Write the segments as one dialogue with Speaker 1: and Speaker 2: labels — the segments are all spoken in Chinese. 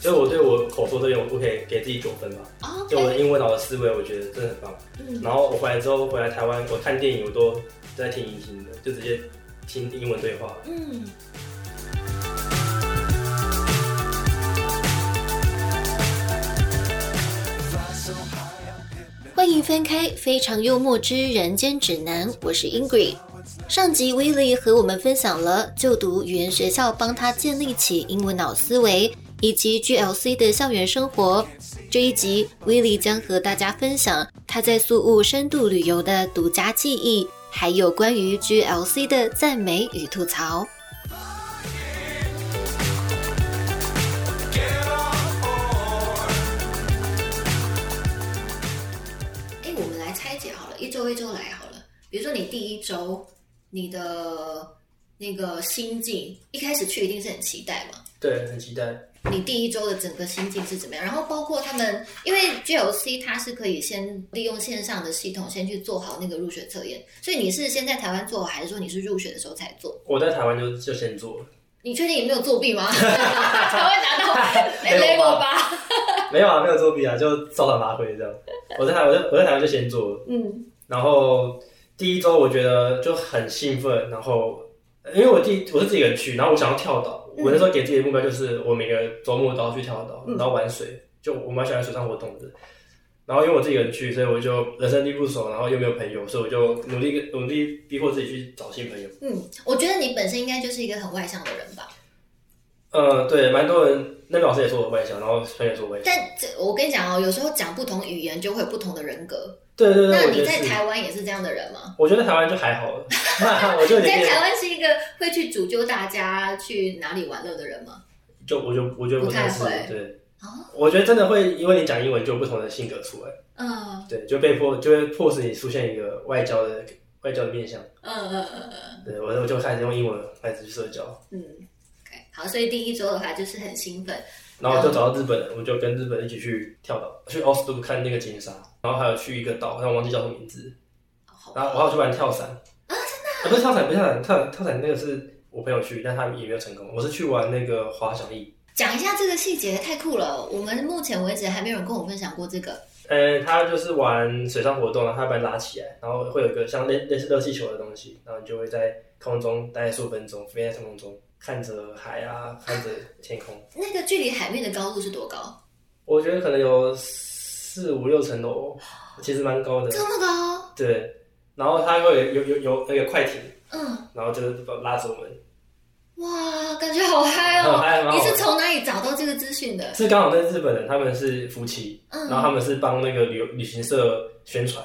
Speaker 1: 所以我对我口说这边，我可以给自己九分吧。就我的
Speaker 2: OK，
Speaker 1: 英文脑的思维，我觉得真的很棒。
Speaker 2: 嗯，
Speaker 1: 然后我回来之后，回来台湾，我看电影我都在听英听的，就直接听英文对话。
Speaker 2: 嗯，欢迎翻开《非常幽默之人间指南》，我是 Ingrid。上集 Willy 和我们分享了就读语言学校帮他建立起英文脑思维，以及 GLC 的校园生活。这一集 Willy 将和大家分享他在宿务深度旅游的独家记忆，还有关于 GLC 的赞美与吐槽。哎，我们来拆解好了，一周一周来好了。比如说你第一周，你的那个心境，一开始去一定是很期待嘛。
Speaker 1: 对，很期待。
Speaker 2: 你第一周的整个心境是怎么样？然后包括他们，因为 GLC 它是可以先利用线上的系统先去做好那个入学测验，所以你是先在台湾做好，还是说你是入学的时候才做？
Speaker 1: 我在台湾就就先做了，
Speaker 2: 你确定你没有作 弊吗？才会拿到哎
Speaker 1: 没有吧
Speaker 2: level 八？
Speaker 1: 没有啊，没有作弊啊，就照常发挥这样。我在台，我在我在台湾就先做了，
Speaker 2: 嗯
Speaker 1: 然后第一周我觉得就很兴奋，然后因为我第我是自己一个人去，然后我想要跳岛，
Speaker 2: 嗯
Speaker 1: 我那时候给自己的目标就是我每个周末都要去跳岛，
Speaker 2: 嗯
Speaker 1: 然后玩水，就我蛮喜欢水上活动的。然后因为我自己一个人去，所以我就人生地不熟，然后又没有朋友，所以我就努力努力逼迫自己去找新朋友。
Speaker 2: 嗯，我觉得你本身应该就是一个很外向的人吧。
Speaker 1: 嗯，对，蛮多人，那边老师也说我外向，然后朋友也说我外向。
Speaker 2: 但这我跟你讲哦，有时候讲不同语言就会有不同的人格。
Speaker 1: 对对对，
Speaker 2: 那
Speaker 1: 我觉
Speaker 2: 你
Speaker 1: 得
Speaker 2: 在
Speaker 1: 是。
Speaker 2: 台湾也是这样的人吗？
Speaker 1: 我觉得台湾就还好了， 我就有
Speaker 2: 你
Speaker 1: 点
Speaker 2: 在
Speaker 1: 变
Speaker 2: 台，湾是一个会去主揪大家去哪里玩乐的人吗？
Speaker 1: 就我就我觉得
Speaker 2: 不
Speaker 1: 太
Speaker 2: 太
Speaker 1: 是
Speaker 2: 会
Speaker 1: 对。
Speaker 2: 哦，
Speaker 1: 我觉得真的会，因为你讲英文就有不同的性格出来，
Speaker 2: 嗯
Speaker 1: 对，就被迫就会迫使你出现一个外交的外交的面向。
Speaker 2: 嗯嗯嗯嗯
Speaker 1: 对我我就开始用英文开始去社交，
Speaker 2: 嗯，OK，好，所以第一周的话就是很兴奋，
Speaker 1: 然后我就找到日本人，我就跟日本人一起去跳岛，去奥斯陆看那个金沙，然后还有去一个岛，但我忘记叫什么名字，
Speaker 2: 好
Speaker 1: 然后我还有去玩跳伞。啊，真的、不是跳伞，不是跳伞，跳跳伞那个是我朋友去，但他也没有成功。我是去玩那个滑翔翼，
Speaker 2: 讲一下这个细节，太酷了！我们目前为止还没有人跟我分享过这个。
Speaker 1: 呃，他就是玩水上活动，然后他把你拉起来，然后会有一个像类类似热气球的东西，然后你就会在空中待数分钟，飞在空中，看着海啊，看着天空。
Speaker 2: 那个距离海面的高度是多高？
Speaker 1: 我觉得可能有四五六层楼，其实蛮高的。
Speaker 2: 这么高？
Speaker 1: 对，然后他会有有有有那个快艇，
Speaker 2: 嗯，
Speaker 1: 然后就是拉着我们，
Speaker 2: 哇，感觉好嗨
Speaker 1: 很
Speaker 2: 哦！
Speaker 1: 嗨，蛮好
Speaker 2: 你是
Speaker 1: 玩的。
Speaker 2: 从哪里找到这个资讯的？
Speaker 1: 是刚好那日本人，他们是夫妻，
Speaker 2: 嗯
Speaker 1: 然后他们是帮那个旅游旅行社宣传。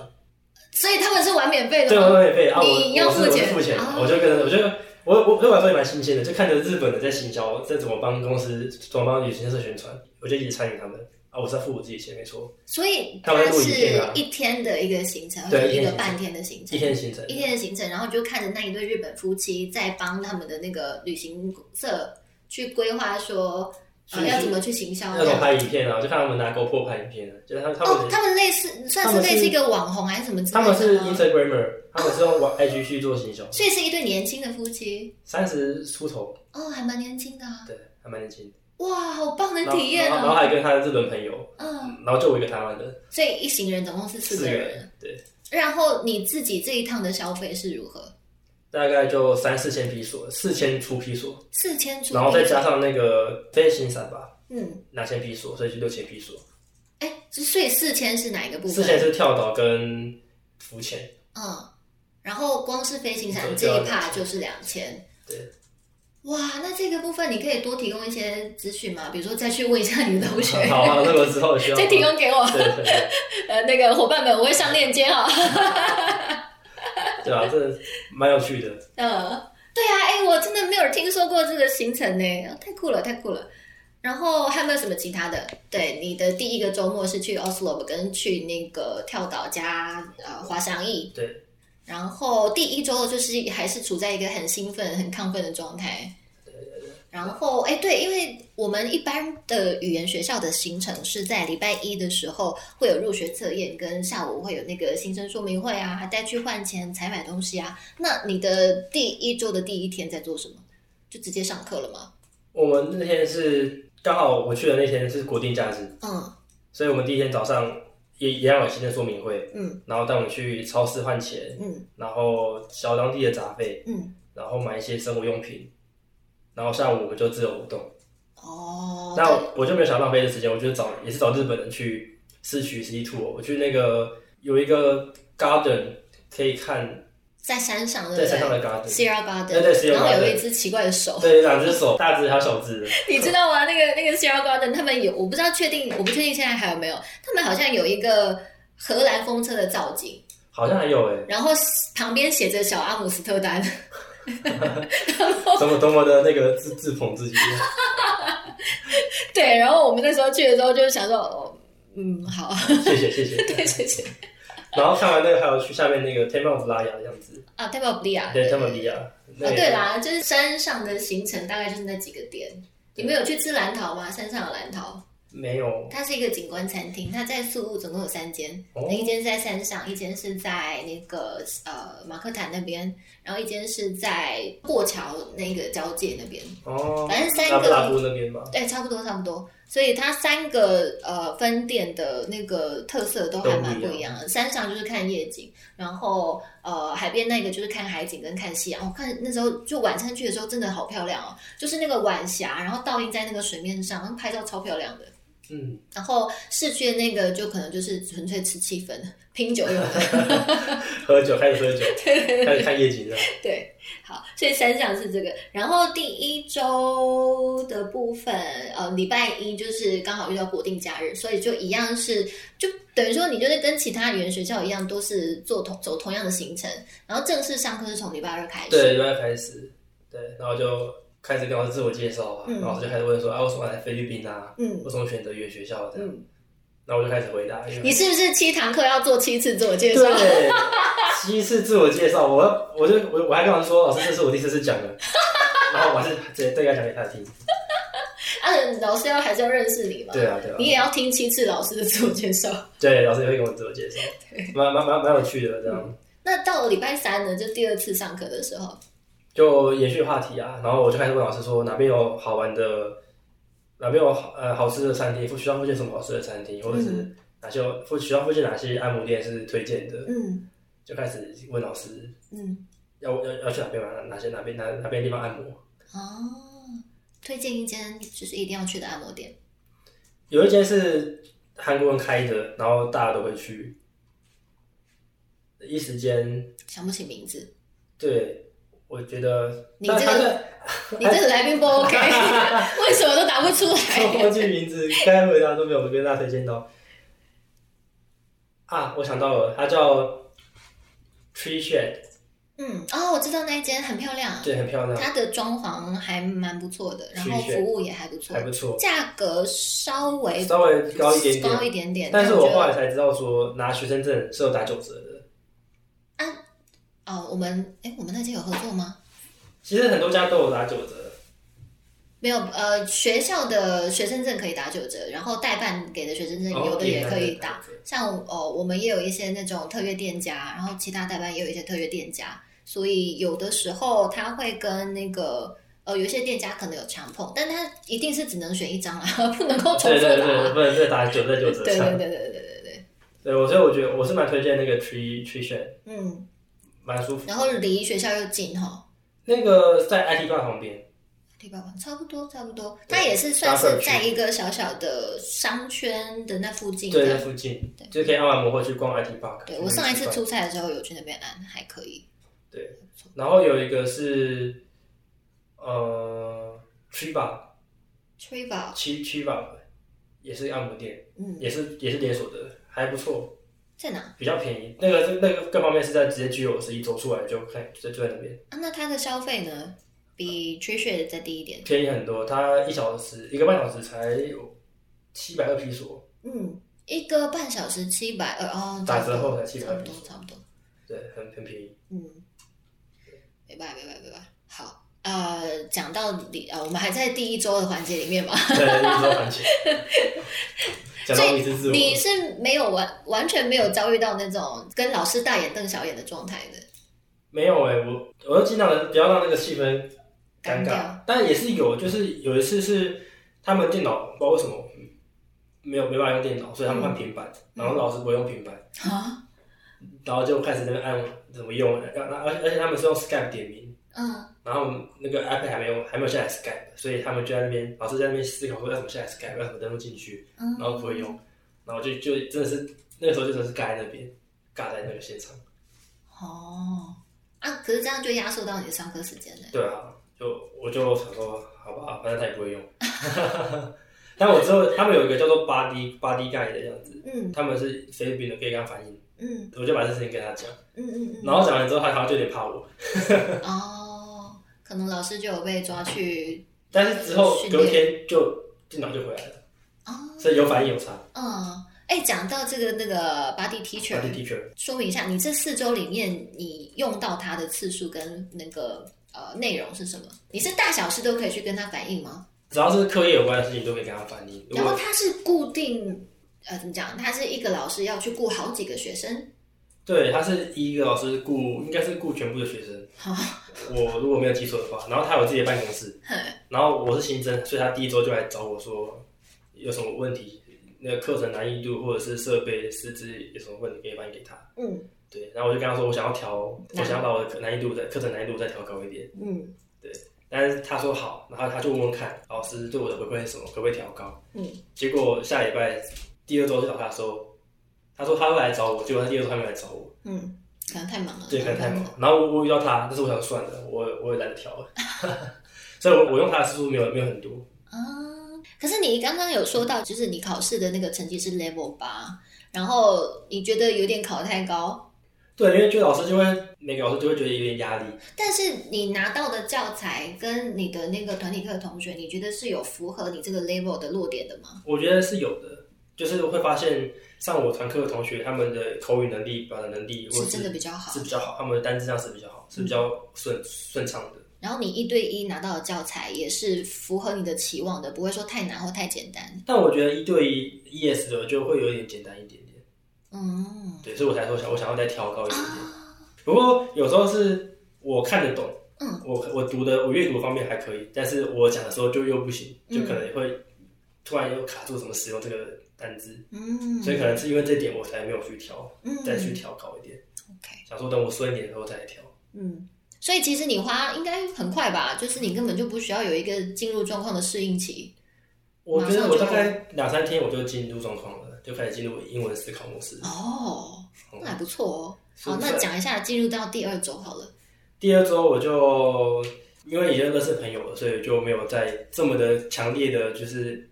Speaker 2: 所以他们是玩免费
Speaker 1: 对，
Speaker 2: 的
Speaker 1: 我
Speaker 2: 吗？
Speaker 1: 免费啊，我
Speaker 2: 你要
Speaker 1: 我是
Speaker 2: 付
Speaker 1: 我是
Speaker 2: 钱
Speaker 1: 付钱的，
Speaker 2: 啊
Speaker 1: 我就跟我就我我对我来说也蛮新鲜的，就看着日本的在行销，在怎么帮公司怎么帮旅行社宣传，我就一起参与他们啊，我是要付我自己钱，没错，
Speaker 2: 所以
Speaker 1: 他们
Speaker 2: 它
Speaker 1: 录影
Speaker 2: 是
Speaker 1: 片啊
Speaker 2: 一天的一个行程，或
Speaker 1: 对
Speaker 2: 者
Speaker 1: 一
Speaker 2: 一
Speaker 1: 天
Speaker 2: 个
Speaker 1: 行程
Speaker 2: 半天的行程，
Speaker 1: 一天的行程，
Speaker 2: 一天的行程，然后就看着那一对日本夫妻在帮他们的那个旅行社去规划说，
Speaker 1: 是
Speaker 2: 呃，要怎么去行销
Speaker 1: 那
Speaker 2: 这
Speaker 1: 种
Speaker 2: 样。
Speaker 1: 拍影片啊，就看他们拿 GoPro 拍影片啊，就是他们他
Speaker 2: 哦
Speaker 1: 们，的
Speaker 2: 他们类似算
Speaker 1: 他
Speaker 2: 是
Speaker 1: 们是
Speaker 2: 类似一个网红还是什么之
Speaker 1: 他们
Speaker 2: 类
Speaker 1: 是
Speaker 2: 的吗？
Speaker 1: Instagramer，他们是用玩 IG 去做行销，
Speaker 2: 所以是一对年轻的夫妻，
Speaker 1: 三十出头，
Speaker 2: 哦，还蛮年轻的、啊，
Speaker 1: 对，还蛮年轻的，
Speaker 2: 哇，好棒的
Speaker 1: 然后
Speaker 2: 体验
Speaker 1: 然后然后
Speaker 2: 哦。
Speaker 1: 还跟他的日本朋友，
Speaker 2: 嗯，
Speaker 1: 然后就我一个台湾人，
Speaker 2: 所以一行人总共是四
Speaker 1: 四
Speaker 2: 个
Speaker 1: 个
Speaker 2: 人
Speaker 1: 人，，对，
Speaker 2: 然后你自己这一趟的消费是如何？
Speaker 1: 大概就三四千批索，四千出批索。
Speaker 2: 四千出，
Speaker 1: 然后再加上那个飞行伞吧，
Speaker 2: 嗯，
Speaker 1: 两千批索，所以就六千批索。
Speaker 2: 哎，所以四千是哪一个部
Speaker 1: 之
Speaker 2: 分？
Speaker 1: 前是跳岛跟浮潜，
Speaker 2: 嗯，然后光是飞行伞
Speaker 1: 对就
Speaker 2: 这
Speaker 1: 要
Speaker 2: 一趴
Speaker 1: 2000
Speaker 2: 就是两千。
Speaker 1: 对。
Speaker 2: 哇，那这个部分你可以多提供一些资讯吗？比如说再去问一下你的同学，
Speaker 1: 好啊，那个之后需 要
Speaker 2: 再提供给我
Speaker 1: 对对对
Speaker 2: 呃那个伙伴们，我会上链接哈、
Speaker 1: 对啊，这蛮有趣的。
Speaker 2: 嗯，对啊，哎，我真的没有听说过这个行程呢，太酷了，太酷了。然后还有没有什么其他的？对，你的第一个周末是去 Oslo 跟去那个跳岛加呃滑翔翼，
Speaker 1: 对。
Speaker 2: 然后第一周就是还是处在一个很兴奋、很亢奋的状态。然后，哎，对，因为我们一般的语言学校的行程是在礼拜一的时候会有入学测验，跟下午会有那个新生说明会啊，还带去换钱、采买东西啊。那你的第一周的第一天在做什么？就直接上课了吗？
Speaker 1: 我们那天是刚好我去的那天是国定假日，
Speaker 2: 嗯
Speaker 1: 所以我们第一天早上也也让有行政说明会，
Speaker 2: 嗯
Speaker 1: 然后带我们去超市换钱，
Speaker 2: 嗯
Speaker 1: 然后小当地的杂费，
Speaker 2: 嗯，
Speaker 1: 然后买一些生活用品，然后下午我们就自由活动。
Speaker 2: 哦，
Speaker 1: 那
Speaker 2: 对
Speaker 1: 我我就没有想浪费这时间，我就找也是找日本人去市区 C two，我哦去那个有一个 garden 可以看
Speaker 2: 在山上对
Speaker 1: 在山
Speaker 2: 不
Speaker 1: 上
Speaker 2: 对
Speaker 1: 的 garden，
Speaker 2: ？Sierra Garden，
Speaker 1: 对对，Sierra
Speaker 2: 然后有
Speaker 1: Garden
Speaker 2: 一只奇怪的手，
Speaker 1: 对，两只手，大只还有小只的，
Speaker 2: 你知道吗？那个那个 Sierra Garden，他们有我不知道确定，我不确定现在还有没有，他们好像有一个荷兰风车的造景，
Speaker 1: 好像还有 哎、
Speaker 2: 然后旁边写着小阿姆斯特丹，
Speaker 1: 怎么多么的那个自自捧自己，
Speaker 2: 对，然后我们那时候去的时候就想说，哦，嗯，好，
Speaker 1: 谢谢谢谢。
Speaker 2: 对，谢谢
Speaker 1: 然后看完那个，还有去下面那个 t e m p l e of Laya 的样子，
Speaker 2: 啊，代表不利啊，
Speaker 1: 对 t e m p l e of Laya，
Speaker 2: 啊，
Speaker 1: 那
Speaker 2: 对啦，就是山上的行程大概就是那几个点。你们有去吃兰桃吗？山上有兰桃，
Speaker 1: 没有
Speaker 2: 它是一个景观餐厅，它在宿务总共有三间，
Speaker 1: 哦
Speaker 2: 那一间是在山上，一间是在那个呃马克坦那边，然后一间是在过桥那个交界那边，
Speaker 1: 哦，
Speaker 2: 反正三
Speaker 1: 拉布
Speaker 2: 个
Speaker 1: 拉布那边吧，
Speaker 2: 对，差不多差不多。所以它三个呃分店的那个特色都还蛮不一样的。山上就是看夜景，然后呃海边那个就是看海景跟看夕阳。我、哦看那时候就晚上去的时候真的好漂亮哦，就是那个晚霞，然后倒映在那个水面上，然后拍照超漂亮的。
Speaker 1: 嗯，
Speaker 2: 然后市区的那个就可能就是纯粹吃气氛、拼酒用的。
Speaker 1: 喝酒开始喝酒，
Speaker 2: 对对对
Speaker 1: 开始看夜景了，
Speaker 2: 对，好，所以三项是这个。然后第一周的部分，呃，礼拜一就是刚好遇到国定假日，所以就一样是，就等于说你就是跟其他语言学校一样，都是做同走同样的行程。然后正式上课是从礼拜二开始。
Speaker 1: 对，就在开始，对，然后就开始跟老师自我介绍啊，
Speaker 2: 嗯
Speaker 1: 然后老师就开始问说，啊，为什么来菲律宾啊？
Speaker 2: 嗯
Speaker 1: 为什么选择语言学校这样？
Speaker 2: 嗯，
Speaker 1: 然后我就开始回答，因为
Speaker 2: 你是不是七堂课要做七次自我介绍？
Speaker 1: 对，第一次自我介绍，我我就我我还跟老师说，老师这是我第四次讲的， 然后我还是直接对他讲给他听，
Speaker 2: 啊，老师要还是要认识你嘛？
Speaker 1: 对啊对啊，
Speaker 2: 你也要听七次老师的自我介绍。
Speaker 1: 对老师也会给我自我 介绍，蛮蛮蛮蛮有趣的这样。
Speaker 2: 那到了礼拜三呢，就第二次上课的时候，
Speaker 1: 就延续话题啊，然后我就开始问老师说哪边有好玩的，哪边有好呃好吃的餐厅，附学校附近有什么好吃的餐厅，或者是
Speaker 2: 嗯
Speaker 1: 哪些有附学校附近哪些按摩店是推荐的，
Speaker 2: 嗯
Speaker 1: 就开始问老师
Speaker 2: 嗯，
Speaker 1: 要要要去哪边玩，哪些哪边哪哪边地方按摩。
Speaker 2: 哦，推荐一间就是一定要去的按摩店。
Speaker 1: 有一间是韩国人开的，然后大家都会去，一时间
Speaker 2: 想不起名字，
Speaker 1: 对我觉得，
Speaker 2: 你
Speaker 1: 但
Speaker 2: 这个
Speaker 1: 他在
Speaker 2: 你这个来宾 不 OK，为什么都答不出
Speaker 1: 我
Speaker 2: 来？
Speaker 1: 忘记名字，该回答都没有跟大家推荐到。啊，我想到了，它叫 Tree Shed，
Speaker 2: 嗯，哦，我知道那一间很漂亮，
Speaker 1: 对，很漂亮，
Speaker 2: 它的装潢还蛮不错的，然后
Speaker 1: 是是
Speaker 2: 服务也还不错
Speaker 1: 还，不错，
Speaker 2: 价格稍微
Speaker 1: 稍微高一点
Speaker 2: 高一
Speaker 1: 点。
Speaker 2: 点点，
Speaker 1: 但是我
Speaker 2: 觉得
Speaker 1: 后来才知道说，拿学生证是有打九折的。
Speaker 2: 哦，我们哎，我们那间有合作吗？
Speaker 1: 其实很多家都有打九折，
Speaker 2: 没有，呃，学校的学生证可以打九折，然后代办给的学生证
Speaker 1: 哦
Speaker 2: 有的也
Speaker 1: 也可
Speaker 2: 可以
Speaker 1: 以打
Speaker 2: 打。像哦，我们也有一些那种特约店家，然后其他代办也有一些特约店家，所以有的时候他会跟那个呃，有一些店家可能有强碰，但他一定是只能选一张啦， 不能够重
Speaker 1: 对
Speaker 2: 复
Speaker 1: 对对，
Speaker 2: 打。
Speaker 1: 不能再打九折九折
Speaker 2: 对对对
Speaker 1: 上。
Speaker 2: 对对对对，
Speaker 1: 对，我所以我觉得我是蛮推荐那个 Tree Tree Shed，
Speaker 2: 嗯，
Speaker 1: 蛮舒服。
Speaker 2: 然后离学校又近哈，
Speaker 1: 那个在 IT 坝旁边，
Speaker 2: 地八馆差不多差不多，
Speaker 1: 对
Speaker 2: 它也是算
Speaker 1: 搭
Speaker 2: 是
Speaker 1: 配去
Speaker 2: 在一个小小的商圈的那附近
Speaker 1: 对，在
Speaker 2: 的。
Speaker 1: 附近
Speaker 2: 对，
Speaker 1: 就可以按完摩或去逛 IT 坝。
Speaker 2: 对我上一次出差的时候有去那边按，还可以。
Speaker 1: 然后有一个是呃 Chiba
Speaker 2: t 吧，
Speaker 1: 七 Chiba 也是按摩店，
Speaker 2: 嗯，
Speaker 1: 也是也是连锁的，还不错，
Speaker 2: 在哪啊？
Speaker 1: 比较便宜。那个那个各方面是在直接居有市一走出来就看就就在那边，
Speaker 2: 啊那它的消费呢，比 t r i s h e 再低一点。
Speaker 1: 便宜很多。它一小时一个半小时才七百二披索，
Speaker 2: 嗯，一个半小时七百二哦，
Speaker 1: 打
Speaker 2: 差不多
Speaker 1: 折后才720
Speaker 2: 差不多，差不多。
Speaker 1: 对，很很便宜。
Speaker 2: 嗯，明白，明白，明白。好，呃，讲到底，呃，我们还在第一周的环节里面嘛，
Speaker 1: 对，一周还 钱。讲到
Speaker 2: 所以
Speaker 1: 你是自我，
Speaker 2: 你是没有完完全没有遭遇到那种跟老师大眼瞪小眼的状态的。
Speaker 1: 没有哎、我我就尽量的不要让那个气氛尴
Speaker 2: 尴
Speaker 1: 尬
Speaker 2: 尬，
Speaker 1: 但也是有，就是有一次是他们电脑不知道为什么没有没办法用电脑，所以他们换平板，然后老师不会用平板，
Speaker 2: 啊，
Speaker 1: 然后就开始那个按怎么用，啊然后而且而且他们是用 Skype 点名，
Speaker 2: 嗯
Speaker 1: 然后那个 iPad 还没有还没有下载 Skype，所以他们就在那边老师在那边思考说要怎么下载 Skype，要怎么登录进去，
Speaker 2: 嗯，
Speaker 1: 然后不会用，然后就就真的是那个时候就真的是尬在那边，尬在那个现场，
Speaker 2: 哦，啊，可是这样就压缩到你的上课时间嘞。
Speaker 1: 对啊，就我就想说好吧，反正他也不会用， 但我之后他们有一个叫做 Body Body Guide 的样子，
Speaker 2: 嗯
Speaker 1: 他们是菲律宾的可以跟他反映，
Speaker 2: 嗯
Speaker 1: 我就把这事情跟他讲。
Speaker 2: 嗯嗯
Speaker 1: 然后讲完之后，他好像就有点怕我。
Speaker 2: 嗯。哦，可能老师就有被抓去
Speaker 1: 但是之后
Speaker 2: 训练
Speaker 1: 隔天就电脑就回来了，
Speaker 2: 哦，
Speaker 1: 所以有反应有差。
Speaker 2: 嗯，哎，讲到这个那个 body teacher，
Speaker 1: body teacher
Speaker 2: 说明一下，你这四周里面你用到它的次数跟那个呃内容是什么？你是大小事都可以去跟他反映吗？
Speaker 1: 只要是课业有关的事情都可以跟他反映。如
Speaker 2: 然后
Speaker 1: 果
Speaker 2: 它是固定呃怎么讲？它是一个老师要去顾好几个学生，
Speaker 1: 对，他是一个老师顾，应该是顾全部的学生。
Speaker 2: 好、
Speaker 1: 我如果没有记错的话，然后他有自己的办公室，
Speaker 2: 哼
Speaker 1: 然后我是新生，所以他第一周就来找我说有什么问题，那个课程难易度或者是设备师资有什么问题可以反映给他。
Speaker 2: 嗯
Speaker 1: 对，然后我就跟他说，我想要调，
Speaker 2: 难
Speaker 1: 我想要把我的难易度的课程难易度再调高一点。
Speaker 2: 嗯
Speaker 1: 但是他说好，然后他就问问看老师对我的回馈是什么，可不可以调高？
Speaker 2: 嗯，
Speaker 1: 结果下礼拜第二周去找他的时候，他说他会来找我，结果他第二周还没来找我，
Speaker 2: 嗯，可能太忙了，
Speaker 1: 对，可能太忙。了。然后我我遇到他，但是我想算了，我我也懒得调了， 所以我我用他的次数没有没有很多，
Speaker 2: 啊，可是你刚刚有说到，就是你考试的那个成绩是 level 八，然后你觉得有点考太高，
Speaker 1: 对，因为觉得老师就会每个老师就会觉得有点压力，
Speaker 2: 但是你拿到的教材跟你的那个团体课的同学，你觉得是有符合你这个 level 的落点的吗？
Speaker 1: 我觉得是有的，就是会发现上我团课的同学他们的口语能力、表达能力，或
Speaker 2: 是
Speaker 1: 者
Speaker 2: 真的比较好嗯
Speaker 1: 是。比较好，他们的单词量是比较好，是比较顺顺畅的。
Speaker 2: 然后你一对一拿到的教材也是符合你的期望的，不会说太难或太简单。
Speaker 1: 但我觉得一对一 ES 的就会有点简单一点点，
Speaker 2: 嗯
Speaker 1: 对，所以我才说想我想要再调高一点点。
Speaker 2: 啊，
Speaker 1: 不过有时候是我看得懂，
Speaker 2: 嗯，
Speaker 1: 我我读的我阅读方面还可以，但是我讲的时候就又不行，就
Speaker 2: 嗯
Speaker 1: 可能会突然又卡住怎么使用这个单字，
Speaker 2: 嗯，
Speaker 1: 所以可能是因为这点我才没有去调，
Speaker 2: 嗯
Speaker 1: 再去调高一点，
Speaker 2: OK，
Speaker 1: 想说等我顺一点之后再来调。
Speaker 2: 嗯，所以其实你花应该很快吧，就是你根本就不需要有一个进入状况的适应期。
Speaker 1: 我觉
Speaker 2: 马
Speaker 1: 得
Speaker 2: 上就
Speaker 1: 我大概两三天我就进入状况了，就开始进入英文思考模式。
Speaker 2: 哦，那还不错哦。
Speaker 1: 是
Speaker 2: 好，
Speaker 1: 不是
Speaker 2: 那讲一下进入到第二周好了。
Speaker 1: 第二周我就因为已经认识朋友了，所以就没有再这么的强烈的就是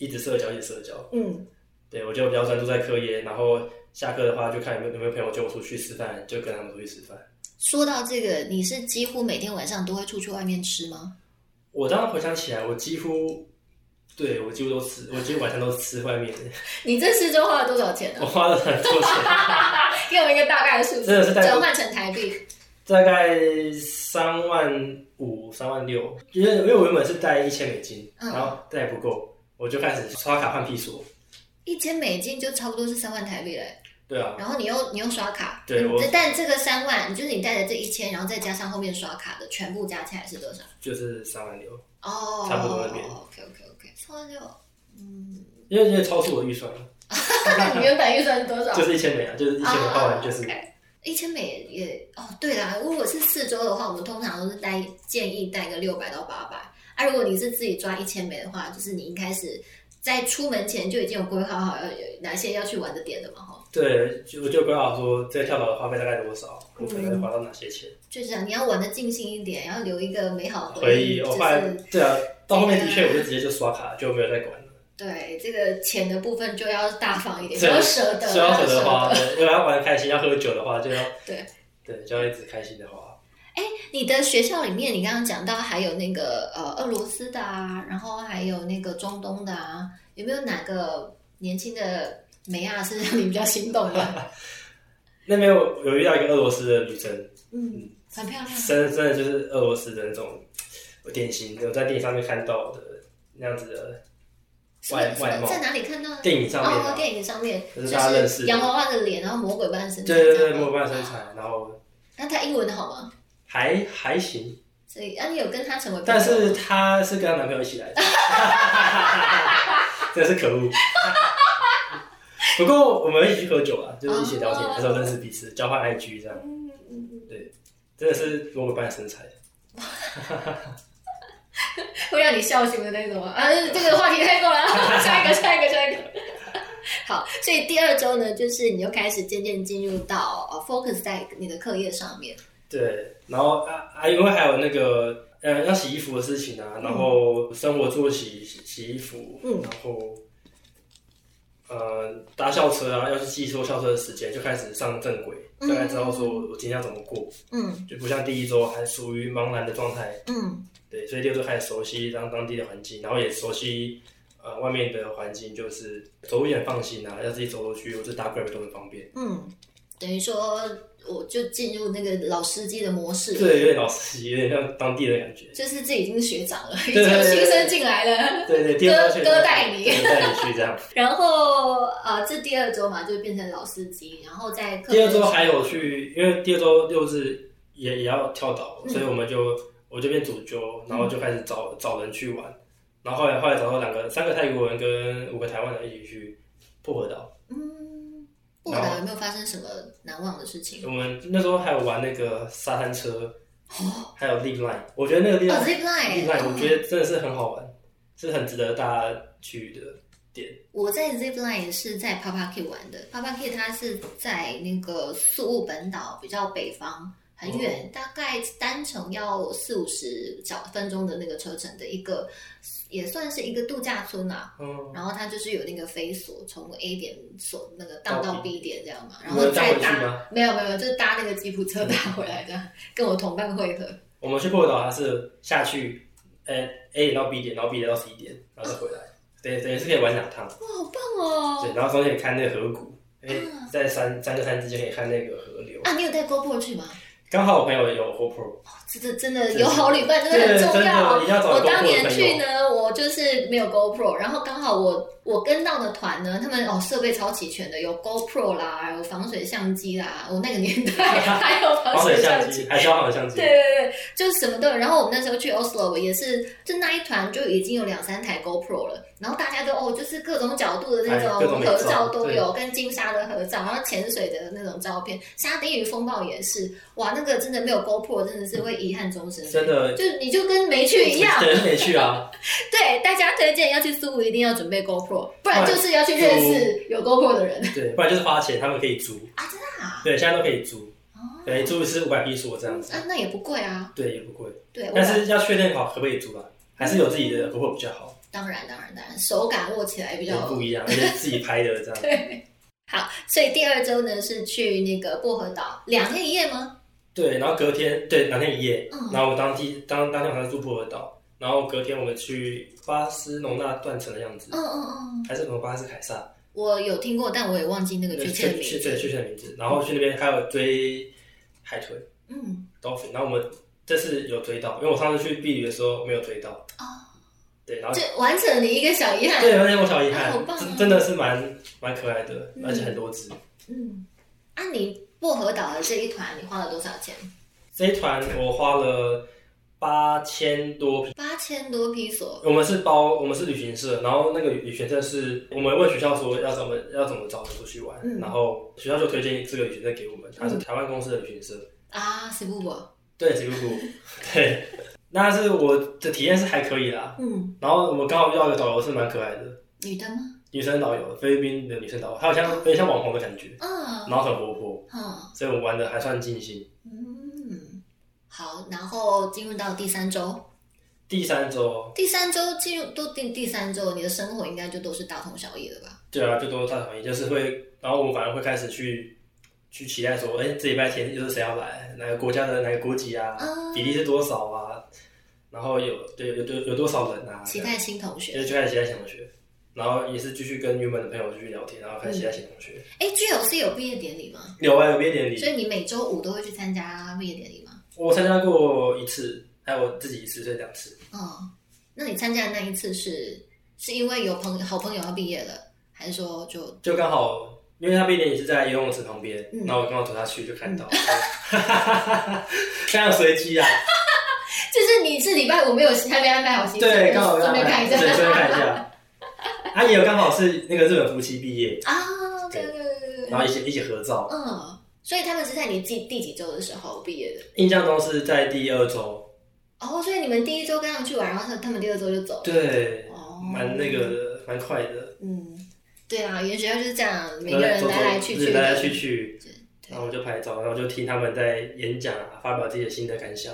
Speaker 1: 一直社交，一直社交。
Speaker 2: 嗯
Speaker 1: 对我就比较专注在课业，然后下课的话就看有没有有没有朋友叫我出去吃饭，就跟他们出去吃饭。
Speaker 2: 说到这个，你是几乎每天晚上都会出去外面吃吗？
Speaker 1: 我当然回想起来，我几乎对我几乎都吃，我几乎晚上都吃外面的，
Speaker 2: 你这四周花了多少钱
Speaker 1: 我
Speaker 2: 呢、
Speaker 1: 花了很多钱，
Speaker 2: 给我们一个大概的数字，
Speaker 1: 哦真的是大概
Speaker 2: 转换成台币。
Speaker 1: 大概三万五、三万六，因为因为我原本是带一千美金，
Speaker 2: 嗯
Speaker 1: 然后带不够，我就开始刷卡换屁锁。
Speaker 2: 一千美金就差不多是三万台币嘞，
Speaker 1: 对啊，
Speaker 2: 然后你又你又刷卡，
Speaker 1: 对
Speaker 2: 嗯
Speaker 1: 我
Speaker 2: 但这个三万，就是你带的这一千，然后再加上后面刷卡的，全部加起来是多少？
Speaker 1: 就是三万六。
Speaker 2: 哦，
Speaker 1: 差不多那边
Speaker 2: OK OK OK，三万六，嗯，
Speaker 1: 因为因为超出我的预算了，
Speaker 2: 那你原本预算是多少？
Speaker 1: 就是一千美啊，就是一千美花完就是，
Speaker 2: 啊一千美也哦，对啦，如果是四周的话，我们通常都是带建议带个六百到八百。啊，如果你是自己抓一千美的话，就是你一开始在出门前就已经有规划好要有哪些要去玩的点了嘛，哈。
Speaker 1: 对，就我就规划好说这个跳岛的花费大概多少，我可
Speaker 2: 嗯
Speaker 1: 能花到哪些钱，
Speaker 2: 就是这样你要玩的尽兴一点，然后留一个美好的
Speaker 1: 回
Speaker 2: 忆，
Speaker 1: 忆。
Speaker 2: 哦
Speaker 1: 哦
Speaker 2: 就
Speaker 1: 我后来
Speaker 2: 是
Speaker 1: 对啊，到后面的确我就直接就刷卡，就没有再管了。
Speaker 2: 对这个钱的部分就要大方一点，
Speaker 1: 对
Speaker 2: 要舍得，
Speaker 1: 所以要舍得
Speaker 2: 得
Speaker 1: 花，对因为要玩得开心，要喝酒的话就要
Speaker 2: 对
Speaker 1: 对，就要一直开心的花。
Speaker 2: 你的学校里面，你刚刚讲到还有那个呃俄罗斯的啊，然后还有那个中东的啊，有没有哪个年轻的美亚是让你比较心 动的？
Speaker 1: 那边有有遇到一个俄罗斯的女生，
Speaker 2: 嗯，很漂亮。
Speaker 1: 真的真的就是俄罗斯的那种典型，我在电影上面看到的那样子的
Speaker 2: 什么
Speaker 1: 外
Speaker 2: 什
Speaker 1: 外
Speaker 2: 么
Speaker 1: 貌，
Speaker 2: 在哪里看到的？
Speaker 1: 电影上面
Speaker 2: 哦，
Speaker 1: 啊，
Speaker 2: 电影上面
Speaker 1: 就是大家认识
Speaker 2: 是洋娃娃的脸，然后魔鬼般的身材。
Speaker 1: 对对
Speaker 2: 这
Speaker 1: 对，
Speaker 2: 样吗
Speaker 1: 模范身。材，然后
Speaker 2: 那他英文好吗？
Speaker 1: 还还行，
Speaker 2: 所以啊，你有跟他成为朋友
Speaker 1: 但
Speaker 2: 吗？
Speaker 1: 是她是跟她男朋友一起来的， 真是可恶。不过我们一起去喝酒啊，就是一起聊天，那时候认识彼此，交换 IG 这样，
Speaker 2: 嗯嗯，
Speaker 1: 真的是萝卜般的身材。
Speaker 2: 会让你笑醒的那种吗啊！这个话题太过了，啊下一个，下一个，下一个。 好，所以第二周呢，就是你又开始渐渐进入到呃 focus 在你的课业上面。
Speaker 1: 对，然后啊啊，因为还有那个呃要洗衣服的事情啊，然后生活作息、洗洗衣服，
Speaker 2: 嗯
Speaker 1: 然后呃搭校车啊，要去记错校车的时间，就开始上正轨，
Speaker 2: 嗯
Speaker 1: 大概知道说我我今天要怎么过，
Speaker 2: 嗯
Speaker 1: 就不像第一周还属于茫然的状态。
Speaker 2: 嗯
Speaker 1: 对，所以六周开始熟悉当当地的环境，然后也熟悉呃外面的环境，就是走路也很放心啊，要自己走路去，我就搭 Grab 都很方便。
Speaker 2: 嗯，等于说我就进入那个老司机的模式，
Speaker 1: 对，有点老司机，有点像当地的感觉。
Speaker 2: 就是自己已经是学长了，已经
Speaker 1: 对对
Speaker 2: 有
Speaker 1: 对
Speaker 2: 新生进来了。
Speaker 1: 对对，第二周
Speaker 2: 哥
Speaker 1: 去
Speaker 2: 哥带你
Speaker 1: 对带你去这 样。
Speaker 2: 然后呃，这第二周嘛，就变成老司机，然后在课
Speaker 1: 第二
Speaker 2: 程
Speaker 1: 周
Speaker 2: 上
Speaker 1: 还有去，因为第二周六日也也要跳岛，
Speaker 2: 嗯
Speaker 1: 所以我们就我这边主揪，然后就开始找找人去玩，然后后来后来找到两个三个泰国人跟五个台湾人一起去薄荷岛，
Speaker 2: 嗯，不管有没有发生什么难忘的事情？
Speaker 1: 我们那时候还有玩那个沙滩车，还有 Lead Line，我觉得那个 Lead Line、
Speaker 2: 哦，zip line，
Speaker 1: Lead Line 我觉得真的是很好玩，是很值得大家去的点。
Speaker 2: 我在 zip line 是在 Papa K 玩的，Papa K 它是在那个宿务本岛比较北方，很
Speaker 1: 哦
Speaker 2: 远，大概单程要四五十小分钟的那个车程的一个，也算是一个度假村啊。
Speaker 1: 嗯，
Speaker 2: 然后它就是有那个飞索，从 A 点所那个荡
Speaker 1: 到
Speaker 2: 到
Speaker 1: B
Speaker 2: B 点这样嘛，然
Speaker 1: 你
Speaker 2: 后
Speaker 1: 有搭
Speaker 2: 再
Speaker 1: 回去
Speaker 2: 搭
Speaker 1: 吗
Speaker 2: 没有没有，就是搭那个吉普车 搭回来这样，跟我同伴汇合。
Speaker 1: 我们去薄荷岛它是下去，呃 A 点到 B 点，然后 B 点到 C 点，然后再回来，对对，是可以玩两趟。
Speaker 2: 哇，好棒哦！
Speaker 1: 对，然后中间可以看那个河谷，哎、
Speaker 2: 嗯
Speaker 1: 在山三个山之间可以看那个河流。
Speaker 2: 啊，你有带 GoPro 去吗？
Speaker 1: 刚好我朋友有 GoPro，
Speaker 2: 这这真的
Speaker 1: 是
Speaker 2: 有好旅伴真的很重
Speaker 1: 对真的一定要找
Speaker 2: 我
Speaker 1: 有 GoPro 的
Speaker 2: 当年
Speaker 1: 朋友
Speaker 2: 去呢，我就是没有 GoPro，然后刚好我我跟到的团呢，他们哦设备超齐全的，有 GoPro 啦，有防水相机啦，我那个年代 还有防
Speaker 1: 防水
Speaker 2: 水
Speaker 1: 相
Speaker 2: 相机。
Speaker 1: 机，还需要防水相机
Speaker 2: 对。对对，就是什么都有。然后我们那时候去 Oslo 也是，就那一团就已经有两三台 GoPro 了，然后大家都哦，就是各种角度的那
Speaker 1: 哎各种美照
Speaker 2: 合照都有，跟金沙的合照，然后潜水的那种照片，沙丁鱼风暴也是，哇，那个真的没有 GoPro 真的是会遗憾终身，
Speaker 1: 真的
Speaker 2: 就你就跟没去一样。
Speaker 1: 对，没去啊，
Speaker 2: 对，大家推荐要去苏武一定要准备 GoPro，不然就是要去认识有 GoPro 的人
Speaker 1: 对，不然就是花钱，他们可以租，
Speaker 2: 啊，真的啊，
Speaker 1: 对，现在都可以租，
Speaker 2: 哦，
Speaker 1: 对，哎租一次五百比索这样子，
Speaker 2: 啊，那也不贵啊，
Speaker 1: 对，也不贵，
Speaker 2: 对，我
Speaker 1: 但是要确认好可不可以租啊，还是有自己的 GoPro 比较好，
Speaker 2: 当然当然当然，手感握起来比
Speaker 1: 也
Speaker 2: 较
Speaker 1: 不一样，而且自己拍的这样，
Speaker 2: 对，好，所以第二周呢是去那个薄荷岛两天一夜吗？
Speaker 1: 对，然后隔天对两天一夜，
Speaker 2: 嗯
Speaker 1: 然后我当天当当天晚上住薄荷岛，然后隔天我们去巴斯农那断层的样子，
Speaker 2: 嗯嗯嗯，
Speaker 1: 还是什么巴斯凯撒。
Speaker 2: 我有听过，但我也忘记那个
Speaker 1: 对，
Speaker 2: 确切的
Speaker 1: 确
Speaker 2: 名
Speaker 1: 确确确
Speaker 2: 字。
Speaker 1: 切的名字，然后去那边还有追海豚
Speaker 2: 嗯，
Speaker 1: dolphin，然后我们这次有追到，因为我上次去避旅的时候没有追到，
Speaker 2: 哦，
Speaker 1: 对，然后
Speaker 2: 这完成了你一个小遗憾。
Speaker 1: 对，有点我小遗憾
Speaker 2: 好，棒
Speaker 1: 真
Speaker 2: 哦
Speaker 1: 真的是蛮蛮可爱的，
Speaker 2: 嗯
Speaker 1: 而且很多只。
Speaker 2: 嗯，啊，你薄荷岛的这一团你花了多少钱？
Speaker 1: 这一团我花了八千多匹，
Speaker 2: 八千多披索。
Speaker 1: 我们是包，我们是旅行社，然后那个旅行社是我们问学校说要怎么要怎么找人出去玩，
Speaker 2: 嗯
Speaker 1: 然后学校就推荐这个旅行社给我们，它是台湾公司的旅行社，
Speaker 2: 啊，是不我？
Speaker 1: 对，吉布谷，对，那是我的体验是还可以啦，
Speaker 2: 嗯，
Speaker 1: 然后我们刚好遇到一个导游是蛮可爱的，
Speaker 2: 女的吗？
Speaker 1: 女生导游，菲律宾的女生导游，她好像有点像网红的感觉，
Speaker 2: 嗯，
Speaker 1: 然后很活泼，
Speaker 2: 嗯
Speaker 1: 所以我玩的还算尽兴。
Speaker 2: 嗯，好，然后进入到第三周，
Speaker 1: 第三周，
Speaker 2: 第三周进入都第第三周，你的生活应该就都是大同小异了吧？
Speaker 1: 对啊，就都大团圆，就是会，然后我们反而会开始去去期待说，哎，这礼拜天又是谁要来，哪个国家的哪个国籍啊，
Speaker 2: 嗯
Speaker 1: 比例是多少啊，然后有对有有有多少人啊，
Speaker 2: 期待新同
Speaker 1: 这样，
Speaker 2: 学。
Speaker 1: 就就开始期待新同学，然后也是继续跟原本的朋友继续聊天，然后开始期待新同学。
Speaker 2: 哎，G L C 有毕业典礼吗？
Speaker 1: 有啊，有毕业典礼
Speaker 2: 所，以你每周五都会去参加毕业典礼吗？
Speaker 1: 我参加过一次，还有自己一次，所以两次。
Speaker 2: 哦，那你参加的那一次是是因为有朋好朋友要毕业了，还是说就
Speaker 1: 就刚好，因为他毕业典礼是在游泳池旁边，
Speaker 2: 嗯
Speaker 1: 然后我刚好走下去就看到，非常随机啊。
Speaker 2: 就是你是礼拜五没有还没安排好行程，
Speaker 1: 对，刚好
Speaker 2: 顺
Speaker 1: 让
Speaker 2: 便看一下
Speaker 1: 对，顺便看一下。他也有刚好是那个日本夫妻毕业，
Speaker 2: 啊，对对对
Speaker 1: 然
Speaker 2: 对对，
Speaker 1: 后一起一起合照。
Speaker 2: 嗯，所以他们是在你第第几周的时候毕业的？
Speaker 1: 印象中是在第二周，
Speaker 2: 哦，所以你们第一周跟上去玩，然后他他们第二周就走了，
Speaker 1: 对，
Speaker 2: 哦，
Speaker 1: 蛮那，个蛮快的，
Speaker 2: 嗯，对啊，语言学校就是这样，每个人
Speaker 1: 走走
Speaker 2: 来来去去，
Speaker 1: 对来来去，去
Speaker 2: 对，对
Speaker 1: 然后我就拍照，然后就听他们在演讲啊，发表自己的心得感想。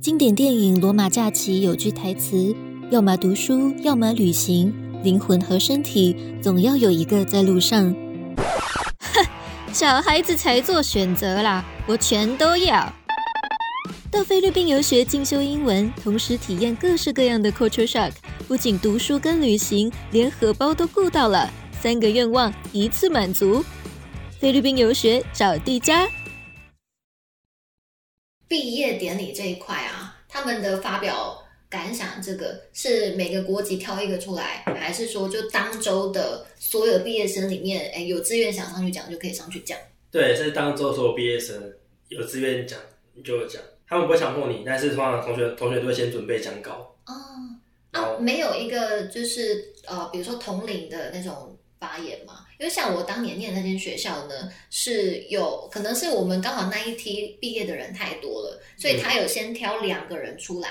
Speaker 2: 经典电影《罗马假期》有句台词：“要么读书，要么旅行，灵魂和身体总要有一个在路上。” 小孩子才做选择啦，我全都要。到菲律宾游学进修英文，同时体验各式各样的 culture shock，不仅读书跟旅行，连荷包都顾到了，三个愿望一次满足。菲律宾游学找地家。毕业典礼这一块啊，他们的发表感想，这个是每个国籍挑一个出来，还是说就当周的所有毕业生里面，哎，有志愿想上去讲就可以上去讲？
Speaker 1: 对，是当周所有毕业生有志愿讲你就讲，他们不会强迫你，但是通常同学同学都会先准备讲稿，
Speaker 2: 哦，
Speaker 1: 然
Speaker 2: 啊，
Speaker 1: 后
Speaker 2: 没有一个就是呃，比如说同龄的那种发言嘛，因为像我当年念的那间学校呢，是有可能是我们刚好那一批毕业的人太多了，所以他有先挑两个人出来。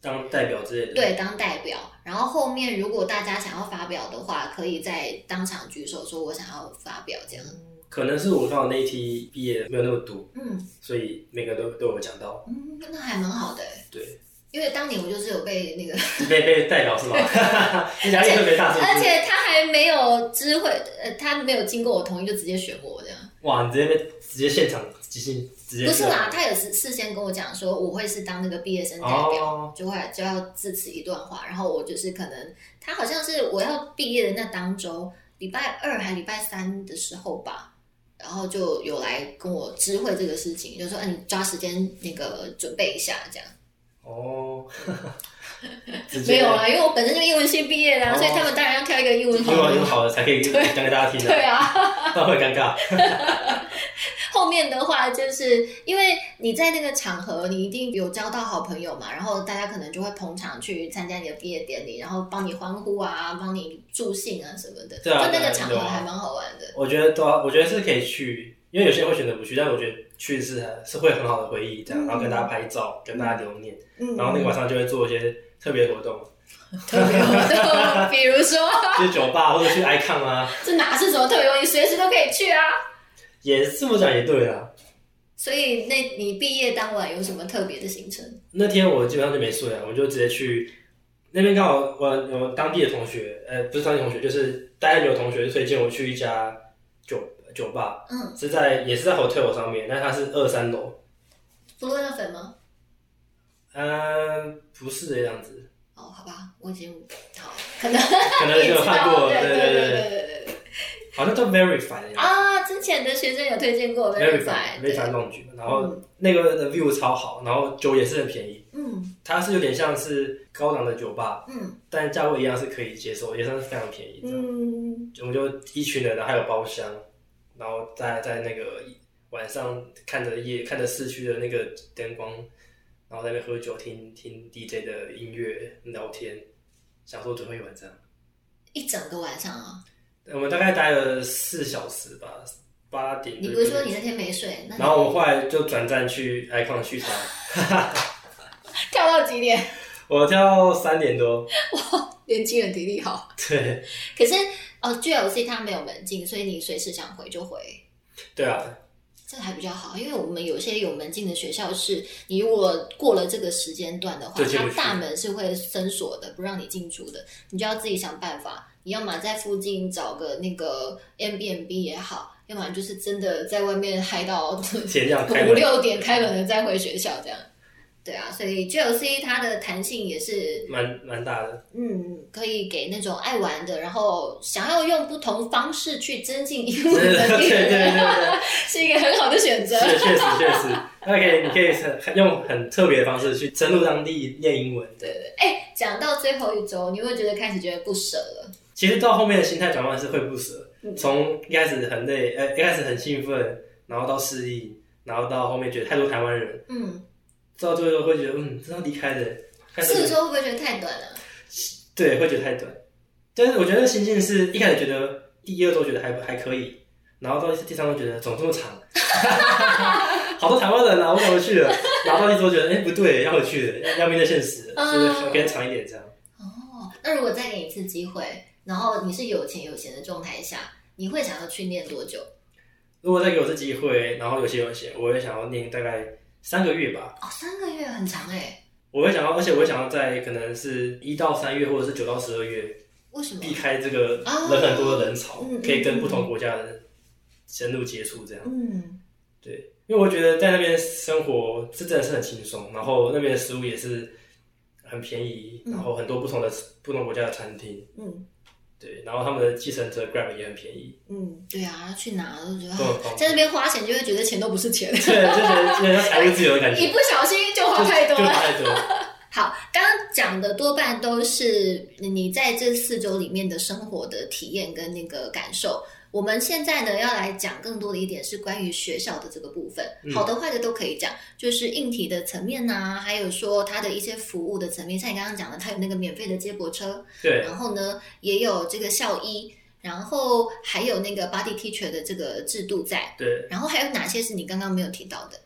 Speaker 1: 当代表之类的。
Speaker 2: 对，当代表。然后后面如果大家想要发表的话，可以在当场举手说“我想要发表”这样。
Speaker 1: 可能是我刚好那一批毕业没有那么多，
Speaker 2: 嗯
Speaker 1: 所以每个都都有讲到。
Speaker 2: 嗯，那还蛮好的欸，
Speaker 1: 对，
Speaker 2: 因为当年我就是有被那个，
Speaker 1: 被被代表是吗？你 压力特别大，是不是？
Speaker 2: 而且他还没有知会，呃，他没有经过我同意就直接选我这样。
Speaker 1: 哇，你直接被直接现场即兴直接
Speaker 2: 不是啦，他有事事先跟我讲说我会是当那个毕业生代表，
Speaker 1: 哦，
Speaker 2: 就会就要致辞一段话，然后我就是可能他好像是我要毕业的那当周，礼拜二还礼拜三的时候吧，然后就有来跟我知会这个事情，就说嗯、你抓时间那个准备一下这样。
Speaker 1: 哦， 直接
Speaker 2: 没有啊啦，因为我本身就英文系毕业啦，
Speaker 1: 哦
Speaker 2: 所以他们当然要挑一个英文好
Speaker 1: 英文
Speaker 2: 的
Speaker 1: 用。啊好的才可以讲给大家听
Speaker 2: 对
Speaker 1: 的，
Speaker 2: 啊。
Speaker 1: 不然会尴尬。
Speaker 2: 后面的话，就是因为你在那个场合，你一定有交到好朋友嘛，然后大家可能就会捧场去参加你的毕业典礼，然后帮你欢呼啊，帮你助兴啊什么的。
Speaker 1: 对啊
Speaker 2: 就那
Speaker 1: 对啊
Speaker 2: 个场
Speaker 1: 有
Speaker 2: 合
Speaker 1: 啊
Speaker 2: 还蛮好玩的。
Speaker 1: 我觉得对啊，我觉得是可以去，因为有些人会选择不去，但我觉得去是是会很好的回忆，这样，然后跟大家拍照，跟大家留念，
Speaker 2: 嗯，
Speaker 1: 然后那个晚上就会做一些特别的活动，
Speaker 2: 特别活啊动，比如说
Speaker 1: 去酒吧或者去 icon 啊，
Speaker 2: 这哪是什么特别活动，你随时都可以去啊。
Speaker 1: 也是这么讲也对啦。
Speaker 2: 所以那你毕业当晚有什么特别的行程？
Speaker 1: 那天我基本上就没睡啊，我就直接去那边刚好我我当地的同学，呃，不是当地同学，就是大家有同学推荐我去一家酒酒吧，
Speaker 2: 嗯，
Speaker 1: 是在也是在 hotel 上面，但它是二三楼，
Speaker 2: 不论粉吗？
Speaker 1: 嗯、不是这样子，
Speaker 2: 哦，好吧，我已经好，可能
Speaker 1: 可能
Speaker 2: 你也
Speaker 1: 有
Speaker 2: 知
Speaker 1: 看
Speaker 2: 道
Speaker 1: 过，
Speaker 2: 对
Speaker 1: 对
Speaker 2: 对
Speaker 1: 对
Speaker 2: 对对对。
Speaker 1: 好像叫 verify 的样子。
Speaker 2: 啊，之前的学生有推荐过
Speaker 1: Verify
Speaker 2: Verify，对嗯
Speaker 1: Verify 弄局，然后那个的 view 超好，然后酒也是很便宜，
Speaker 2: 嗯
Speaker 1: 它是有点像是高档的酒吧，
Speaker 2: 嗯
Speaker 1: 但价位一样是可以接受，也算是非常便宜的。
Speaker 2: 嗯，
Speaker 1: 我们就一群人，然啊后还有包厢，然后在在那个晚上看着夜看着市区的那个灯光，然后在那边喝酒，听听 DJ 的音乐，聊天，享受最后一晚这样。
Speaker 2: 一整个晚上啊。
Speaker 1: 我们大概待了四小时吧，八点。
Speaker 2: 你不是说你那天没睡？那你
Speaker 1: 然后我们后来就转战去 Icon 续团，
Speaker 2: 跳到几点？
Speaker 1: 我跳三点多，
Speaker 2: 年轻人体力好。
Speaker 1: 对
Speaker 2: 可是哦，GLC 它没有门禁，所以你随时想回就回。
Speaker 1: 对啊，
Speaker 2: 这还比较好，因为我们有些有门禁的学校是，你如果过了这个时间段的话，
Speaker 1: 就进不
Speaker 2: 它
Speaker 1: 去
Speaker 2: 大门是会深锁的，不让你进出的，你就要自己想办法。你要么在附近找个那个 M B M B 也好，要么就是真的在外面嗨到
Speaker 1: 先这样开门
Speaker 2: 五六点开门了再回学校这样。对啊，所以 G L C 它的弹性也是，
Speaker 1: 蛮蛮大的。
Speaker 2: 嗯，可以给那种爱玩的，然后想要用不同方式去增进英文能
Speaker 1: 对
Speaker 2: 力
Speaker 1: 对对
Speaker 2: 的
Speaker 1: 对
Speaker 2: 人，是一个很好的选择。
Speaker 1: 是，确实确实，那可以，你可以用很特别的方式去深入当地练英文。
Speaker 2: 对对，哎，讲到最后一周，你会觉得开始觉得不舍了。
Speaker 1: 其实到后面的心态转换是会不舍，从一开始很累，呃，一开始很兴奋，然后到适应，然后到后面觉得太多台湾人，
Speaker 2: 嗯，
Speaker 1: 到最后会觉得，嗯，这要离开的，看这
Speaker 2: 四
Speaker 1: 个
Speaker 2: 周会不会觉得太短了、
Speaker 1: 对，会觉得太短。但是我觉得那心境是一开始觉得第一、二周觉得还还可以，然后到第三周觉得怎么这么长， 好多台湾人啊，我想回去了。然后到第四周觉得，哎、不对，要回去了，要要面对现实了，所
Speaker 2: 嗯
Speaker 1: 以给它长一点这样。
Speaker 2: 哦，那如果再给你一次机会，然后你是有钱有闲的状态下，你会想要去念多久？
Speaker 1: 如果再给我一次机会，然后有些有些，我也想要念大概三个月吧。
Speaker 2: 哦，三个月很长哎、
Speaker 1: 我会想要，而且我会想要在可能是一到三月，或者是九到十二月，
Speaker 2: 为什么？
Speaker 1: 避开这个
Speaker 2: 啊
Speaker 1: 人很多的人潮，
Speaker 2: 嗯嗯
Speaker 1: 可以跟不同国家的人深入接触这样。
Speaker 2: 嗯，
Speaker 1: 对，因为我觉得在那边生活是真的是很轻松，然后那边的食物也是很便宜，
Speaker 2: 嗯
Speaker 1: 然后很多不同的不同国家的餐厅，
Speaker 2: 嗯
Speaker 1: 对，然后他们的计程车 Grab 也很便宜，
Speaker 2: 嗯，对啊，去哪都觉得、
Speaker 1: 对
Speaker 2: 啊
Speaker 1: 方便
Speaker 2: 在那边花钱就会觉得钱都不是钱，
Speaker 1: 对，就觉得就觉得财务自由的感觉，
Speaker 2: 一不小心就花
Speaker 1: 就
Speaker 2: 太多
Speaker 1: 就
Speaker 2: 了。
Speaker 1: 花太多，
Speaker 2: 好，刚刚讲的多半都是你在这四周里面的生活的体验跟那个感受。我们现在呢要来讲更多的一点是关于学校的这个部分，
Speaker 1: 嗯
Speaker 2: 好的坏的都可以讲，就是硬体的层面呐、还有说它的一些服务的层面，像你刚刚讲的，它有那个免费的接驳车，
Speaker 1: 对，
Speaker 2: 然后呢也有这个校医，然后还有那个 body teacher 的这个制度在，
Speaker 1: 对。
Speaker 2: 然后还有哪些是你刚刚没有提到的？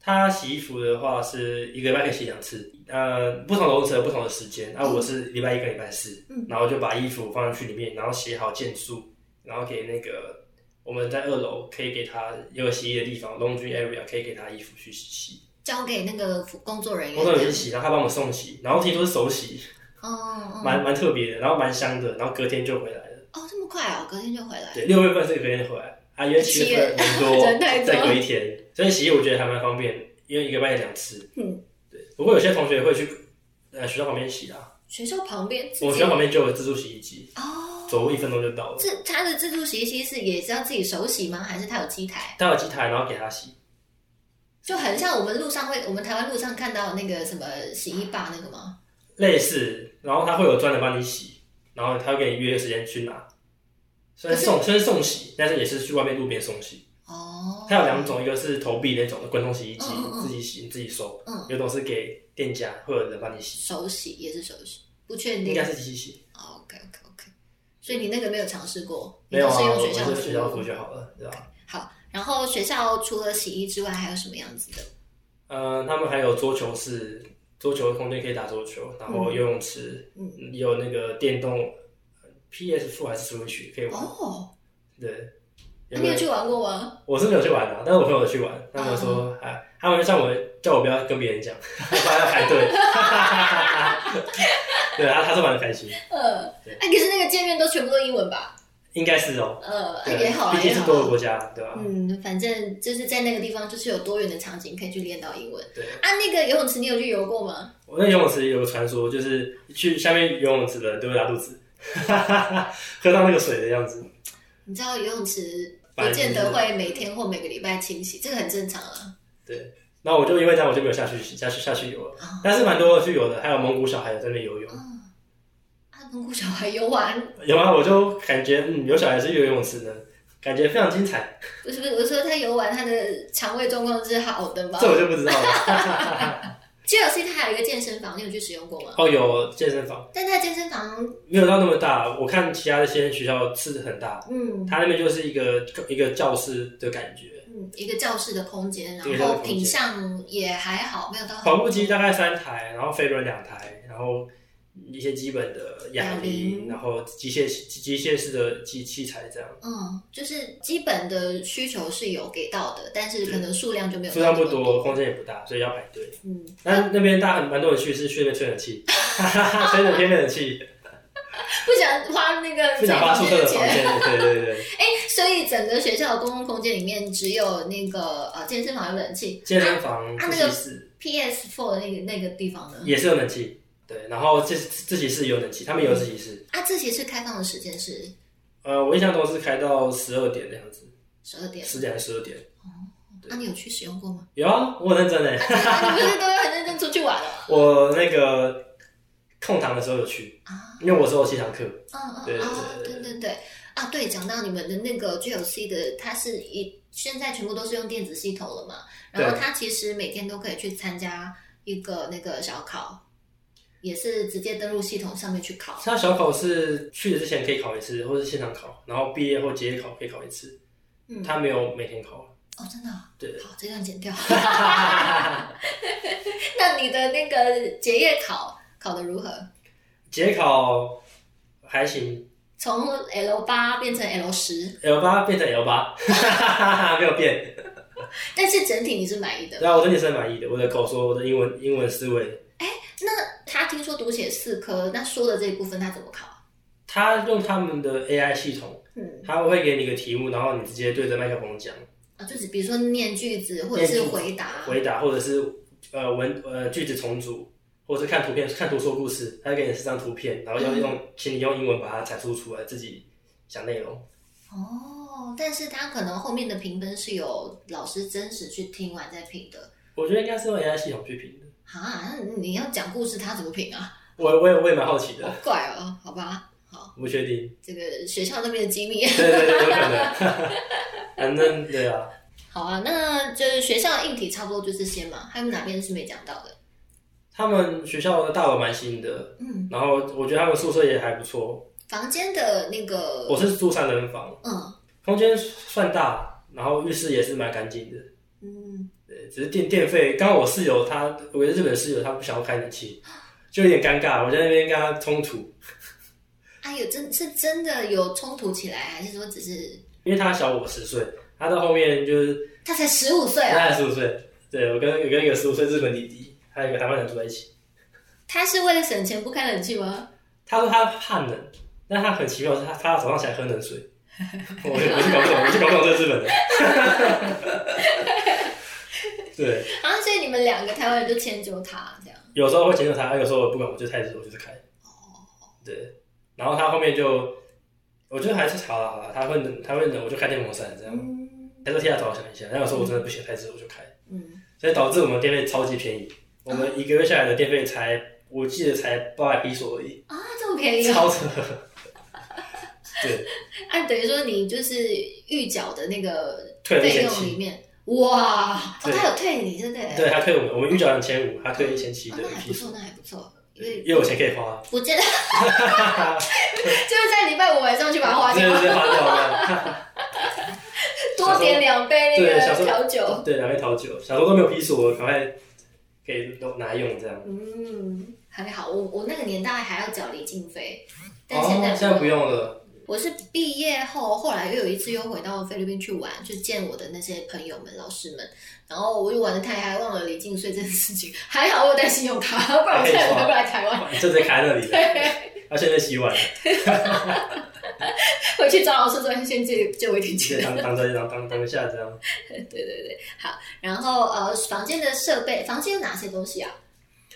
Speaker 1: 他洗衣服的话是一个礼拜可以洗两次，呃，不同的楼层不同的时间。啊，
Speaker 2: 嗯
Speaker 1: 我是礼拜一跟礼拜四，
Speaker 2: 嗯
Speaker 1: 然后就把衣服放进去里面，然后写好件数，然后给那个我们在二楼可以给他有个洗衣的地方 （laundry area） 可以给他衣服去洗，
Speaker 2: 交给那个服工作人员
Speaker 1: 工
Speaker 2: 这
Speaker 1: 作
Speaker 2: 样，
Speaker 1: 人员洗，然后他帮我们送洗，然后听说是手洗，
Speaker 2: 哦哦，
Speaker 1: 蛮蛮特别的，然后蛮香的，然后隔天就回来了。
Speaker 2: 哦，这么快哦，隔天就回来。
Speaker 1: 对，六月份是隔天就回来，啊，因为七月份人
Speaker 2: 人太多
Speaker 1: 多，再隔一天，所以洗衣我觉得还蛮方便，因为一个礼拜两次。
Speaker 2: 嗯，
Speaker 1: 不过有些同学会去呃学校旁边洗啊，
Speaker 2: 学校旁边，
Speaker 1: 我们学校旁边就有自助洗衣机，
Speaker 2: 哦，
Speaker 1: 走路一分钟就到了。
Speaker 2: 自他的自助洗衣机是也是要自己手洗吗？还是他有机台？
Speaker 1: 带有机台，然后给他洗。
Speaker 2: 就很像我们路上会，我们台湾路上看到那个什么洗衣吧那个吗？
Speaker 1: 类似，然后他会有专人帮你洗，然后他会给你约时间去拿。虽然送虽然送洗，但是也是去外面路边送洗。
Speaker 2: 哦，
Speaker 1: 它有两，种，一个是投币那种的滚筒洗衣机
Speaker 2: 嗯嗯，嗯
Speaker 1: 自己洗你自己收；
Speaker 2: 嗯，
Speaker 1: 有一种是给店家会有人帮你洗，
Speaker 2: 手洗也是手洗，不确
Speaker 1: 应
Speaker 2: 定
Speaker 1: 该。是机器洗。
Speaker 2: 哦 OK OK OK，所以你那个没有尝试过，
Speaker 1: 没有
Speaker 2: 你
Speaker 1: 啊，
Speaker 2: 都是
Speaker 1: 我
Speaker 2: 用
Speaker 1: 们
Speaker 2: 学校
Speaker 1: 就学校
Speaker 2: 服
Speaker 1: 服
Speaker 2: 务
Speaker 1: 就好了，对啊吧？
Speaker 2: 好，然后学校除了洗衣之外，还有什么样子的？
Speaker 1: 呃，他们还有桌球室，桌球空间可以打桌球，然后
Speaker 2: 嗯
Speaker 1: 游泳池，
Speaker 2: 嗯
Speaker 1: 也有那个电动 PS 4还是 Switch 可以玩，
Speaker 2: 哦，
Speaker 1: 对。
Speaker 2: 那你有去玩过吗？
Speaker 1: 我是没有去玩啊，但是我朋友有去玩，他们说，
Speaker 2: 哦
Speaker 1: 哎、他们就像我叫我不要跟别人讲， 不然要排队。 对啊，他是玩的开心，
Speaker 2: 呃，
Speaker 1: 对
Speaker 2: 哎，可是那个界面都全部都英文吧？
Speaker 1: 应该是哦、
Speaker 2: 呃，
Speaker 1: 对啊
Speaker 2: 也好啊，
Speaker 1: 毕竟
Speaker 2: 也
Speaker 1: 是
Speaker 2: 好
Speaker 1: 多个
Speaker 2: 啊。
Speaker 1: 国家，对吧、
Speaker 2: 嗯，反正就是在那个地方，就是有多元的场景可以去练到英文
Speaker 1: 对，
Speaker 2: 啊。那个游泳池你有去游过吗？
Speaker 1: 我那游泳池有个传说，就是去下面游泳池的人都会拉肚子，喝到那个水的样子。
Speaker 2: 你知道游泳池不
Speaker 1: 反正
Speaker 2: 见
Speaker 1: 就
Speaker 2: 得
Speaker 1: 是
Speaker 2: 会每天或每个礼拜清洗，这个很正常啊。
Speaker 1: 然后我就因为这样，我就没有下去下去下去游了。
Speaker 2: 啊
Speaker 1: 但是蛮多的去游的，还有蒙古小孩有在那边游泳。
Speaker 2: 啊，啊，蒙古小孩游玩，
Speaker 1: 有啊，我就感觉嗯，有小孩是游泳池的，感觉非常精彩。
Speaker 2: 不是不是，我说他游玩他的肠胃状况是好的吗
Speaker 1: 这我就不知道了。
Speaker 2: ？GLC 它还有一个健身房，你有去使用过吗？
Speaker 1: 哦，有健身房，
Speaker 2: 但它健身房，
Speaker 1: 没有到那么大。我看其他的一些学校是很大，
Speaker 2: 嗯
Speaker 1: 它那边就是一个一个教室的感觉。
Speaker 2: 嗯，一个教室的空间，
Speaker 1: 对
Speaker 2: 然
Speaker 1: 它的
Speaker 2: 后
Speaker 1: 空间
Speaker 2: 品相也还好，没有到很
Speaker 1: 跑步机大概三台，然后飞轮两台，然后一些基本的哑
Speaker 2: 哑铃
Speaker 1: 铃，然后机械机械式的器器材这样，
Speaker 2: 嗯，就是基本的需求是有给到的，但是可能数量就没有
Speaker 1: 数量
Speaker 2: 那
Speaker 1: 不
Speaker 2: 么
Speaker 1: 多，。空间也不大，所以要排队。
Speaker 2: 嗯，
Speaker 1: 但那边大很蛮多人去是去那边吹冷气，吹冷天冷 气，
Speaker 2: 不想花那个
Speaker 1: 不想花宿舍的
Speaker 2: 这
Speaker 1: 房
Speaker 2: 个钱。
Speaker 1: 间。对对对，
Speaker 2: 哎，所以整个学校的公共空间里面只有那个呃健身房有冷气
Speaker 1: 健身房、
Speaker 2: 啊
Speaker 1: 自
Speaker 2: 那个嗯
Speaker 1: 习室。
Speaker 2: ，PS Four 的那个那个地方呢？
Speaker 1: 也是有冷气，对，然后自自习室也有冷气，他们也有自习室。
Speaker 2: 啊，自习室开放的时间是嗯
Speaker 1: 呃，我印象中是开到十二点的样子，
Speaker 2: 十二点。
Speaker 1: 十点还是十二点？
Speaker 2: 那、你有去使用过 吗？
Speaker 1: 有啊，我很认真的，
Speaker 2: 啊你不是都要很认真出去玩哦了、
Speaker 1: 我那个空堂的时候有去，
Speaker 2: 啊？
Speaker 1: 因为我是有七堂课，
Speaker 2: 嗯
Speaker 1: 对
Speaker 2: 嗯
Speaker 1: 对
Speaker 2: 啊，
Speaker 1: 对
Speaker 2: 对对对啊，对，讲到你们的那个 GLC 的，它是一现在全部都是用电子系统了嘛，然后
Speaker 1: 对
Speaker 2: 它其实每天都可以去参加一个那个小考，也是直接登录系统上面去考。
Speaker 1: 他小考是去的之前可以考一次，或是现场考，然后毕业后结业考可以考一次。
Speaker 2: 嗯，
Speaker 1: 他没有每天考，
Speaker 2: 哦，真的哦、
Speaker 1: 对
Speaker 2: 好，这段剪掉。 那你的那个结业考考的如何？
Speaker 1: 结考还行
Speaker 2: 从 L 八变成 L 十，
Speaker 1: ，L 八变成 L 八， 没有变。
Speaker 2: 但是整体你是满意的。
Speaker 1: 然后我真的是很满意的，我的口说，我的英文英文思维，
Speaker 2: 那他听说读写四科，那说的这一部分他怎么考？
Speaker 1: 他用他们的 AI 系统，
Speaker 2: 嗯，
Speaker 1: 他会给你一个题目，然后你直接对着麦克风讲
Speaker 2: 啊，就是比如说念句子或者是回答，
Speaker 1: 回答，或者是呃文呃句子重组，或者是看图片看图说故事，他会给你四张图片，然后要用、请你用英文把它阐述出来，自己讲内容。
Speaker 2: 哦，但是他可能后面的评分是有老师真实去听完再评的。
Speaker 1: 我觉得应该是用 AI 系统去评的，
Speaker 2: 啊，那你要讲故事，他怎么评啊？
Speaker 1: 我我也我也蛮好奇
Speaker 2: 好
Speaker 1: 的，
Speaker 2: 怪哦，好吧，好，
Speaker 1: 不确定。
Speaker 2: 这个学校那边的机密。
Speaker 1: 对对对，有可能。 反正对啊，
Speaker 2: 好啊，那就是学校的硬体差不多就这些嘛，还有哪边是没讲到的？
Speaker 1: 他们学校的大楼蛮新的，
Speaker 2: 嗯，
Speaker 1: 然后我觉得他们宿舍也还不错。
Speaker 2: 房间的那个，
Speaker 1: 我是住三人房，
Speaker 2: 嗯
Speaker 1: 空间算大，然后浴室也是蛮干净的。
Speaker 2: 嗯，
Speaker 1: 对，呃只是电电费，刚刚我室友他，我的日本室友他不想要开冷气，就有点尴尬。我在那边跟他冲突，
Speaker 2: 啊，有真是真的有冲突起来，还是说只是
Speaker 1: 因为他小我十岁，他到后面就是
Speaker 2: 他才十五岁啊？
Speaker 1: 他才十五岁，对我跟我跟一个十五岁日本弟弟，还有一个台湾人住在一起。
Speaker 2: 他是为了省钱不开冷气吗？
Speaker 1: 他说他怕冷，但他很奇妙的是他他早上起来喝冷水，我我是搞不懂，我是搞不懂这日本人。 对，
Speaker 2: 啊，所以你们两个台湾人就迁就他这样。
Speaker 1: 有时候会迁就他，哎有时候我不管，我就太热，我就是开。对，然后他后面就，我觉得还是好了好了，他会冷，他会冷，我就开电风扇这样。
Speaker 2: 嗯
Speaker 1: 他说替他着想一下，但有时候我真的不行，太热我就开，
Speaker 2: 嗯，
Speaker 1: 所以导致我们电费超级便宜，我们一个月下来的电费才，我记得才八百比索而已，
Speaker 2: 啊，这么便宜哦！
Speaker 1: 超扯。对，
Speaker 2: 按、等于说你就是预缴的那个
Speaker 1: 退了
Speaker 2: 费
Speaker 1: 一千
Speaker 2: 用里
Speaker 1: 七，
Speaker 2: 面，哇，哦，
Speaker 1: 对
Speaker 2: 他有退你，对不对？
Speaker 1: 对他退我们，我们预缴两千五，他退一千七
Speaker 2: 啊，
Speaker 1: 的
Speaker 2: 那还
Speaker 1: 批
Speaker 2: 哎不
Speaker 1: 数
Speaker 2: 错，，那还不错，因为
Speaker 1: 因为有钱可以花，
Speaker 2: 不见得，就是在礼拜五晚上去把它花
Speaker 1: 对
Speaker 2: 掉，
Speaker 1: 对对，花掉了。
Speaker 2: 多点两杯那
Speaker 1: 对小时
Speaker 2: 个
Speaker 1: 候
Speaker 2: 调酒。
Speaker 1: 对，两杯调酒，小时候都没有批数，我赶快可以都拿来用这样。
Speaker 2: 嗯，还好，我我那个年代还要缴礼敬费，但现在
Speaker 1: 哦，现在不。用了。
Speaker 2: 我是毕业后，后来又有一次又回到菲律宾去玩，就见我的那些朋友们、老师们，然后我就玩的太嗨，忘了礼敬税这件事情。还好我有带信用卡，不然我现在回不来台湾，
Speaker 1: 你就直接卡在那里了，他现在洗碗，
Speaker 2: 回去找老师昨天先借借我一点
Speaker 1: 直接
Speaker 2: 钱。
Speaker 1: 当当当当当当下这样。
Speaker 2: 对对对，好。然后呃，房间的设备，房间有哪些东西啊？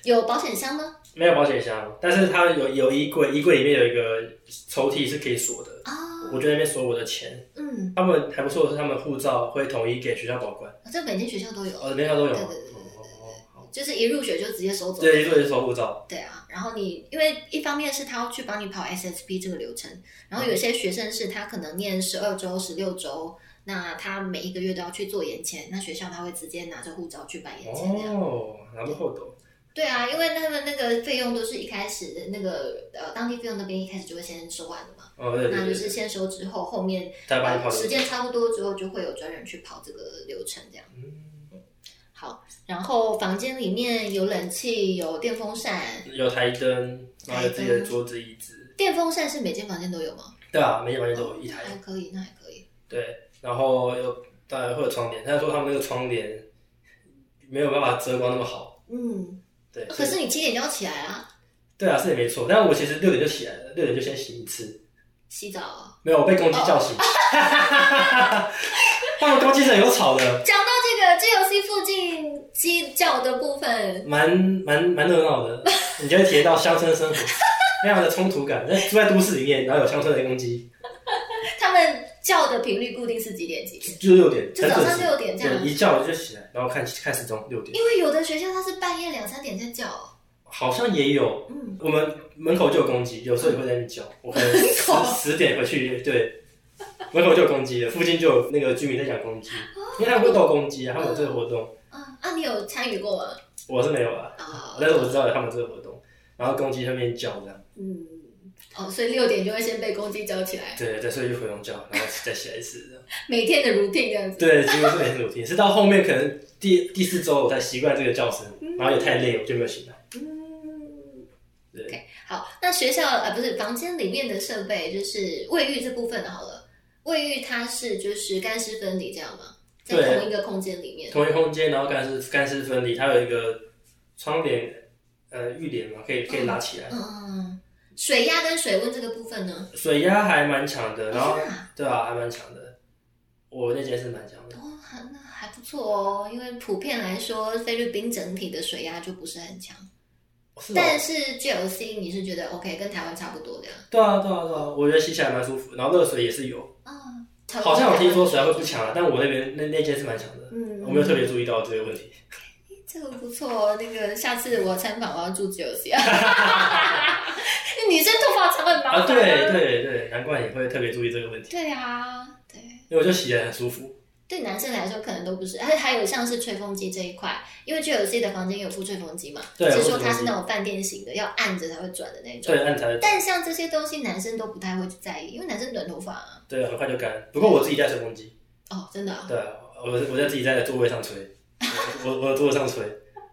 Speaker 2: 有保险箱吗？
Speaker 1: 没有保险箱，但是它有有衣柜，衣柜里面有一个抽屉是可以锁的。
Speaker 2: 啊、
Speaker 1: 我就在那边锁我的钱。
Speaker 2: 嗯，
Speaker 1: 他们还不错的是，他们护照会统一给学校保管。
Speaker 2: 这每间学校都有，
Speaker 1: 哦，每校都有吗。
Speaker 2: 对对对
Speaker 1: 哦哦哦好
Speaker 2: 就是一入学就直接收走。
Speaker 1: 对，一就是收护照。
Speaker 2: 对啊，然后你因为一方面是他要去帮你跑 SSP 这个流程，然
Speaker 1: 嗯
Speaker 2: 后有些学生是他可能念十二周、十六周，那他每一个月都要去做延签，那学校他会直接拿着护照去办延签这样。
Speaker 1: 哦，拿不后斗。
Speaker 2: 对啊，因为他们那个费用都是一开始那个呃当地费用那边一开始就会先收完的嘛，
Speaker 1: 哦，对
Speaker 2: 那
Speaker 1: 对
Speaker 2: 就
Speaker 1: 对，
Speaker 2: 是先收之后，后面呃
Speaker 1: 再帮你跑
Speaker 2: 时间差不多之后就会有专人去跑这个流程这样。
Speaker 1: 嗯
Speaker 2: 好，然后房间里面有冷气，有电风扇。
Speaker 1: 有台灯，然后有自己的桌子椅子。
Speaker 2: 电风扇是每间房间都有吗？
Speaker 1: 对啊，每间房间都有一台。
Speaker 2: 还可以，那还可以。
Speaker 1: 对，然后有当然会有窗帘，但是说他们那个窗帘没有办法遮光那么好。
Speaker 2: 嗯，
Speaker 1: 对，
Speaker 2: 可
Speaker 1: 所以
Speaker 2: 是你七点就要起来啦，
Speaker 1: 对啊，是也没错。但我其实六点就起来了，六点就先醒一次。
Speaker 2: 洗澡啊。
Speaker 1: 没有，我被公鸡叫醒。
Speaker 2: 哦
Speaker 1: 他们公鸡是很有吵的，
Speaker 2: 讲到这个 GOC 附近鸡叫的部分，
Speaker 1: 蛮蛮蛮热闹的。你就会体验到乡村生活那样的冲突感。那住在都市里面，然后有乡村的公鸡，
Speaker 2: 他们叫的频率固定是几点几点？
Speaker 1: 就是六点，
Speaker 2: 就
Speaker 1: 很
Speaker 2: 早
Speaker 1: 准
Speaker 2: 上
Speaker 1: 时。
Speaker 2: 六点这样
Speaker 1: 对，。一叫我就起来，然后看看时钟，六点。
Speaker 2: 因为有的学校它是半夜两三点在叫，啊
Speaker 1: 好像也有，
Speaker 2: 嗯，
Speaker 1: 我们门口就有公鸡，有时候也会在那边叫。我可 能
Speaker 2: 门口
Speaker 1: 十十点回去，对，
Speaker 2: 哦
Speaker 1: 门口就有公鸡了，附近就有那个居民在养公鸡，因为他们会斗公鸡啊，他们有这个活动，
Speaker 2: 啊，啊，你有参与过吗？
Speaker 1: 我是没有啊，
Speaker 2: 啊、
Speaker 1: 但是我知道有他们这个活动，然后公鸡在那边叫这样，
Speaker 2: 嗯，哦，所以六点就会先被公鸡叫起来，
Speaker 1: 对对对，所以就不用叫，然后再起来一次这样。
Speaker 2: 每天的 routine 这样子。
Speaker 1: 对，几乎是每天 routine，是到后面可能第第四周我才习惯这个叫声，然后也太累，我就没有醒来。
Speaker 2: 嗯，
Speaker 1: 对
Speaker 2: OK 好，那学校呃不是房间里面的设备，就是卫浴这部分的好了。卫浴它是就是干湿分离这样吗？在
Speaker 1: 对
Speaker 2: 同一个空间里面。
Speaker 1: 同一空间，然后干湿干湿分离，它有一个窗帘，呃，浴帘嘛，可以可以拉起来。
Speaker 2: 嗯，水压跟水温这个部分呢？
Speaker 1: 水压还蛮强的，然后
Speaker 2: 真的啊
Speaker 1: 对啊，还蛮强的。我那间是蛮强的，
Speaker 2: 哦，还那还不错哦，因为普遍来说，菲律宾整体的水压就不是很强，
Speaker 1: 是
Speaker 2: 但
Speaker 1: 哦，
Speaker 2: 是 GLC 你是觉得 OK，跟台湾差不多这样。
Speaker 1: 对啊，对啊，对啊，我觉得洗起来蛮舒服，然后热水也是有，
Speaker 2: 啊，
Speaker 1: 好像我听说水压会不强啊，但我那边那那间是蛮强的，
Speaker 2: 嗯，
Speaker 1: 我没有特别注意到这个问题。
Speaker 2: 这个不错哦，那个下次我参访我要 住 GLC 啊。女生头发长很麻
Speaker 1: 啊，
Speaker 2: 烦。
Speaker 1: 对对对，难怪你会特别注意这个问题，
Speaker 2: 对啊，对，
Speaker 1: 因为我就洗起来很舒服。
Speaker 2: 对男生来说可能都不是，还还有像是吹风机这一块，因为 GLC 的房间有附吹风机嘛，
Speaker 1: 对
Speaker 2: 是
Speaker 1: 有
Speaker 2: 说
Speaker 1: 吹风机
Speaker 2: 它是那种饭店型的，要按着才会转的那种
Speaker 1: 对，。按才
Speaker 2: 但像这些东西，男生都不太会去在意，因为男生短头发啊。
Speaker 1: 对，很快就干。不过我自己带吹风机，
Speaker 2: 哦，真 的、啊，
Speaker 1: 对啊，我我在自己在座位上吹，我我我的座位上吹，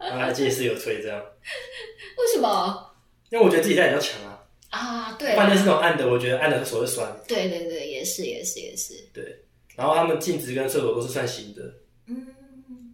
Speaker 1: 然后还借室友吹这样，
Speaker 2: 为什么
Speaker 1: 因为我觉得自己在比较强啊。
Speaker 2: 啊？对
Speaker 1: 饭店是
Speaker 2: 啊，
Speaker 1: 那种按的，我觉得按的手会酸。
Speaker 2: 对对对，也是也是也是，
Speaker 1: 对，然后他们镜子跟厕所都是算新的，
Speaker 2: 嗯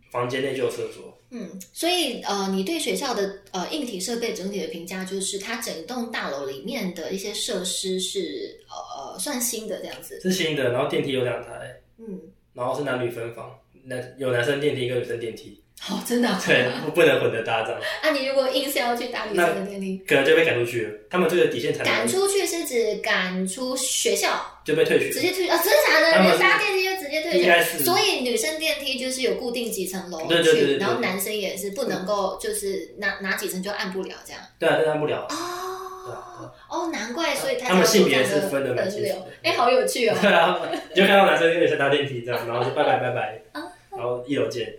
Speaker 1: 房间内就有厕所。
Speaker 2: 嗯，所以呃，你对学校的呃硬体设备整体的评价就是，它整栋大楼里面的一些设施是呃呃算新的这样子，
Speaker 1: 是新的，然后电梯有两台，
Speaker 2: 嗯，
Speaker 1: 然后是男女分房，男有男生电梯跟女生电梯，
Speaker 2: 哦，真的、啊，
Speaker 1: 对，不不能混着搭这样，
Speaker 2: 那、啊你如果硬是要去搭女生的电梯，
Speaker 1: 可能就被赶出去了。他们这个底线才
Speaker 2: 赶
Speaker 1: 能
Speaker 2: 出去是指赶出学校，
Speaker 1: 就被退学
Speaker 2: 直，接退啊、真的假
Speaker 1: 他
Speaker 2: 的？
Speaker 1: 们
Speaker 2: 你
Speaker 1: 是
Speaker 2: 搭电梯就直接退
Speaker 1: 应
Speaker 2: 学？
Speaker 1: 该是
Speaker 2: 所以女生电梯就是有固定几层楼去，
Speaker 1: 对对对对对
Speaker 2: 然后男生也是不能够就是哪哪几层就按不了这样。
Speaker 1: 对啊，但 他不了。对啊对
Speaker 2: 哦哦，难怪，所以
Speaker 1: 他
Speaker 2: 才
Speaker 1: 们
Speaker 2: 有
Speaker 1: 性
Speaker 2: 这样
Speaker 1: 别是分得蛮
Speaker 2: 人
Speaker 1: 清楚的
Speaker 2: 流。哎，好有趣哦。
Speaker 1: 对啊，你就看到男生跟女生搭电梯这样，然后就拜拜拜拜，
Speaker 2: 哦
Speaker 1: 然后一楼见，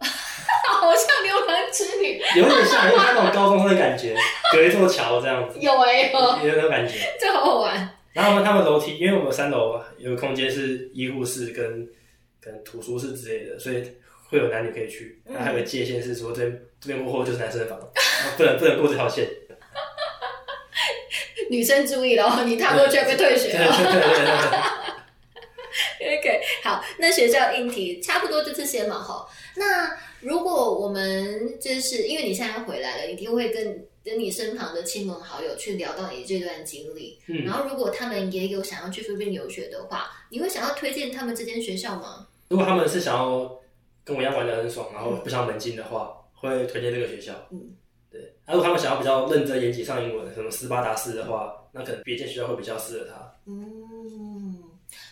Speaker 2: 好像流氓之女，
Speaker 1: 有点像，有点像那种高中生的感 觉，隔一座桥这样子，
Speaker 2: 有哎、哦，
Speaker 1: 有那种感觉。
Speaker 2: 这好好玩。
Speaker 1: 然后他们楼梯，因为我们三楼有个空间是医护室跟跟图书室之类的，所以会有男女可以去。
Speaker 2: 嗯
Speaker 1: 然后还有个界限是说，这边这边过后就是男生的房， 不能不能过这条线。
Speaker 2: 女生注意了哦，你踏过去要被退
Speaker 1: 对
Speaker 2: 学
Speaker 1: 对
Speaker 2: 哦。
Speaker 1: 对对对对。
Speaker 2: OK，好，那学校硬题差不多就这些嘛哈。那如果我们就是因为你现在回来了，你一定会跟跟你身旁的亲朋好友去聊到你这段经历。
Speaker 1: 嗯
Speaker 2: 然后，如果他们也有想要去菲律宾留学的话，你会想要推荐他们这间学校吗？
Speaker 1: 如果他们是想要跟我一样玩的很爽，然后不想门禁的话，会推荐这个学校。
Speaker 2: 嗯，
Speaker 1: 对。啊、如果他们想要比较认真、严谨上英文，什么斯巴达式的话，那可能别间学校会比较适合他。
Speaker 2: 嗯，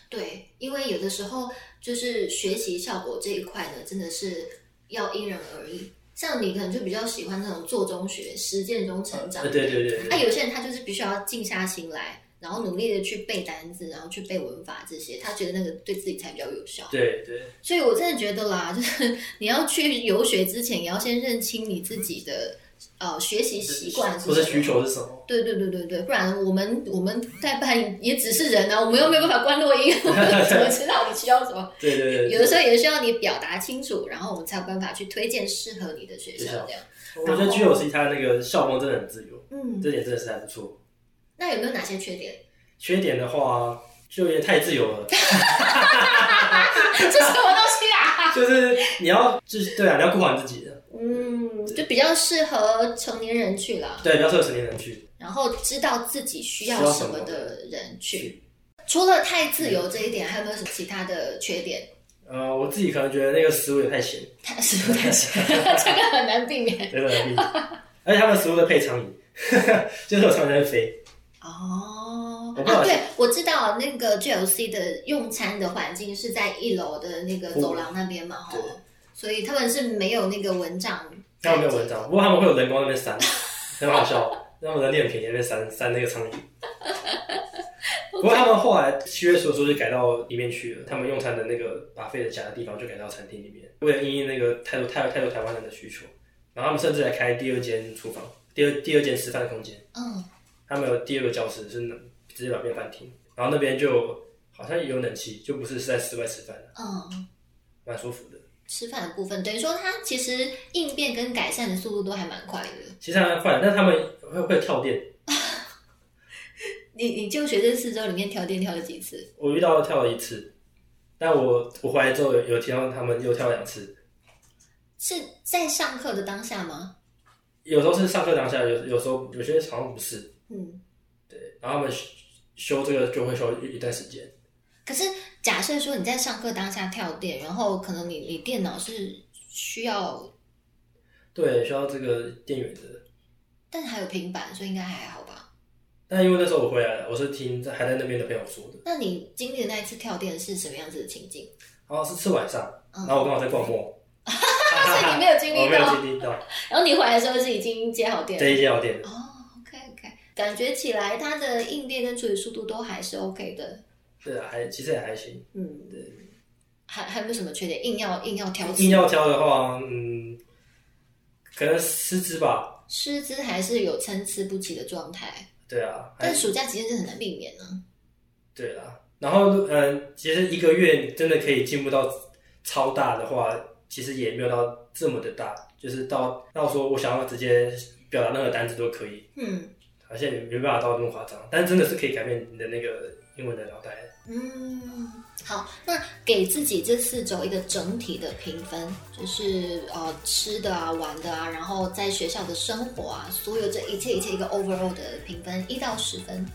Speaker 2: 对，因为有的时候就是学习效果这一块呢，真的是要因人而异。像你可能就比较喜欢那种做中学、实践中成长
Speaker 1: 啊，对对对
Speaker 2: 那、
Speaker 1: 对。
Speaker 2: 有些人他就是必须要静下心来，然后努力的去背单字，然后去背文法这些，他觉得那个对自己才比较有效。
Speaker 1: 对对，
Speaker 2: 所以我真的觉得啦，就是你要去游学之前，也要先认清你自己的呃学习习惯
Speaker 1: 或
Speaker 2: 什
Speaker 1: 是
Speaker 2: 么
Speaker 1: 需。求是什么？
Speaker 2: 对对对对对，不然我们我们代办也只是人啊，我们又没有办法关录音， 我们怎么知道你需要什么？
Speaker 1: 对 对对。
Speaker 2: 有的时候也需要你表达清楚，然后我们才有办法去推荐适合你的学校
Speaker 1: 学校
Speaker 2: 这样。
Speaker 1: 候，我觉得 G O C 它那个校风真的很自由，
Speaker 2: 嗯，
Speaker 1: 这点真的是还不错。
Speaker 2: 那有没有哪些缺点？
Speaker 1: 缺点的话，就有点太自由了，
Speaker 2: 这什么东西啊？
Speaker 1: 就是你要就是对啊，你要顾好你自己的，
Speaker 2: 嗯，就比较适合成年人去啦，
Speaker 1: 对，不要适合成年人去。
Speaker 2: 然后知道自己需
Speaker 1: 需
Speaker 2: 要
Speaker 1: 要
Speaker 2: 什
Speaker 1: 什么
Speaker 2: 么的人去。除了太自由这一点，还有没有什么其他的缺点？
Speaker 1: 呃，我自己可能觉得那个食物也太咸，
Speaker 2: 太是不太行， 这个很难避免。
Speaker 1: 真的很腻，而且他们食物都配苍蝇， 就是有苍蝇在飞。
Speaker 2: 哦，
Speaker 1: 我不
Speaker 2: 啊，
Speaker 1: 好意思
Speaker 2: 对，我知道那个 GLC 的用餐的环境是在一楼的那个走廊那边嘛，吼
Speaker 1: 对，
Speaker 2: 所以他们是没有那个蚊帐。
Speaker 1: 他们没有蚊帐，不过他们会有人工在那边 扇，很好笑。他们人力很便宜，在那边扇扇那个苍蝇。不过他们后来七月十五时候就改到里面去了，他们用餐的那个把费的夹的地方就改到餐厅里面，为了因应那个太多太多太多台湾人的需求，然后他们甚至还开第二间厨房，第二第二间吃饭空间，
Speaker 2: 嗯，
Speaker 1: 他们有第二个教室是冷直接把它变饭厅，然后那边就好像也有冷气，就不是是在室外吃饭的，
Speaker 2: 嗯，
Speaker 1: 蛮舒服的。
Speaker 2: 吃饭的部分，等于说它其实应变跟改善的速度都还蛮快的。
Speaker 1: 其实还蛮快的，但他们会会跳电，
Speaker 2: 你你就学这四周里面调电调了几次？
Speaker 1: 我遇到跳了一次，但我我回来之后有有听到他们又跳两次，
Speaker 2: 是在上课的当下吗？
Speaker 1: 有时候是上课当下，有有时候有些好像不是。
Speaker 2: 嗯，
Speaker 1: 然后他们修修这个就会修一一段时间，
Speaker 2: 可是假设说你在上课当下跳电，然后可能你你电脑是需要，
Speaker 1: 对，需要这个电源的。
Speaker 2: 但还有平板，所以应该还好吧？
Speaker 1: 但因为那时候我回来了，我是听在还在那边的朋友说的，
Speaker 2: 那你经历的那一次跳电是什么样子的情境？
Speaker 1: 然后是是晚上，
Speaker 2: 嗯
Speaker 1: 然后我刚好在逛 mall，所
Speaker 2: 所以你没有经历
Speaker 1: 我没有
Speaker 2: 到，
Speaker 1: 经历到
Speaker 2: 然后你回来的时候是已经接好电了
Speaker 1: 这。一间药店，
Speaker 2: 哦，OK OK，感觉起来它的应变跟处理速度都还是 OK 的。
Speaker 1: 对啊，还其实也还行。
Speaker 2: 嗯，还还有没有什么缺点？硬要硬要挑
Speaker 1: 硬
Speaker 2: 刺，
Speaker 1: 要挑的话，嗯，可能师资吧，
Speaker 2: 师资还是有参差不齐的状态。
Speaker 1: 对啊，还
Speaker 2: 但暑假期间是很难避免啊呢、
Speaker 1: 对啊。然后嗯，其实一个月真的可以进步到超大的话，其实也没有到这么的大，就是到到说我想要直接表达任何单词都可以，
Speaker 2: 嗯
Speaker 1: 好像也没办法到那么夸张，但真的是可以改变你的那个英文的脑袋。
Speaker 2: 嗯，好，那给自己这四周一个整体的评分，就是呃吃的啊、玩的啊，然后在学校的生活啊，所有这一切一切一个 overall 的评分，一到十分。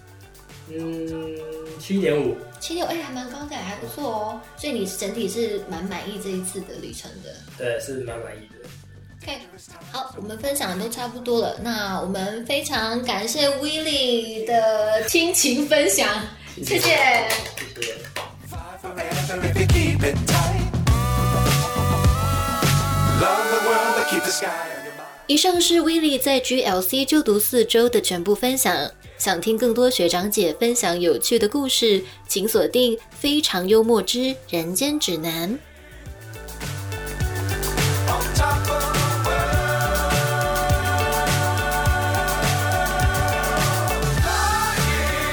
Speaker 1: 嗯，七点五，
Speaker 2: 七六哎，还蛮高的，还不错哦。所以你整体是蛮满意这一次的旅程的。
Speaker 1: 对，是蛮满意的。
Speaker 2: OK，好，我们分享的都差不多了。那我们非常感谢 Willy 的亲情分享，谢谢。
Speaker 1: 谢谢。
Speaker 3: Fight forever if you keep it tight. Love the world, but keep the sky on your mind.
Speaker 2: 以上是 Willy 在 GLC 就读四周的全部分享。想听更多学长姐分享有趣的故事，请锁定《非常幽默之人间指南》。
Speaker 3: On top of the world. Flying.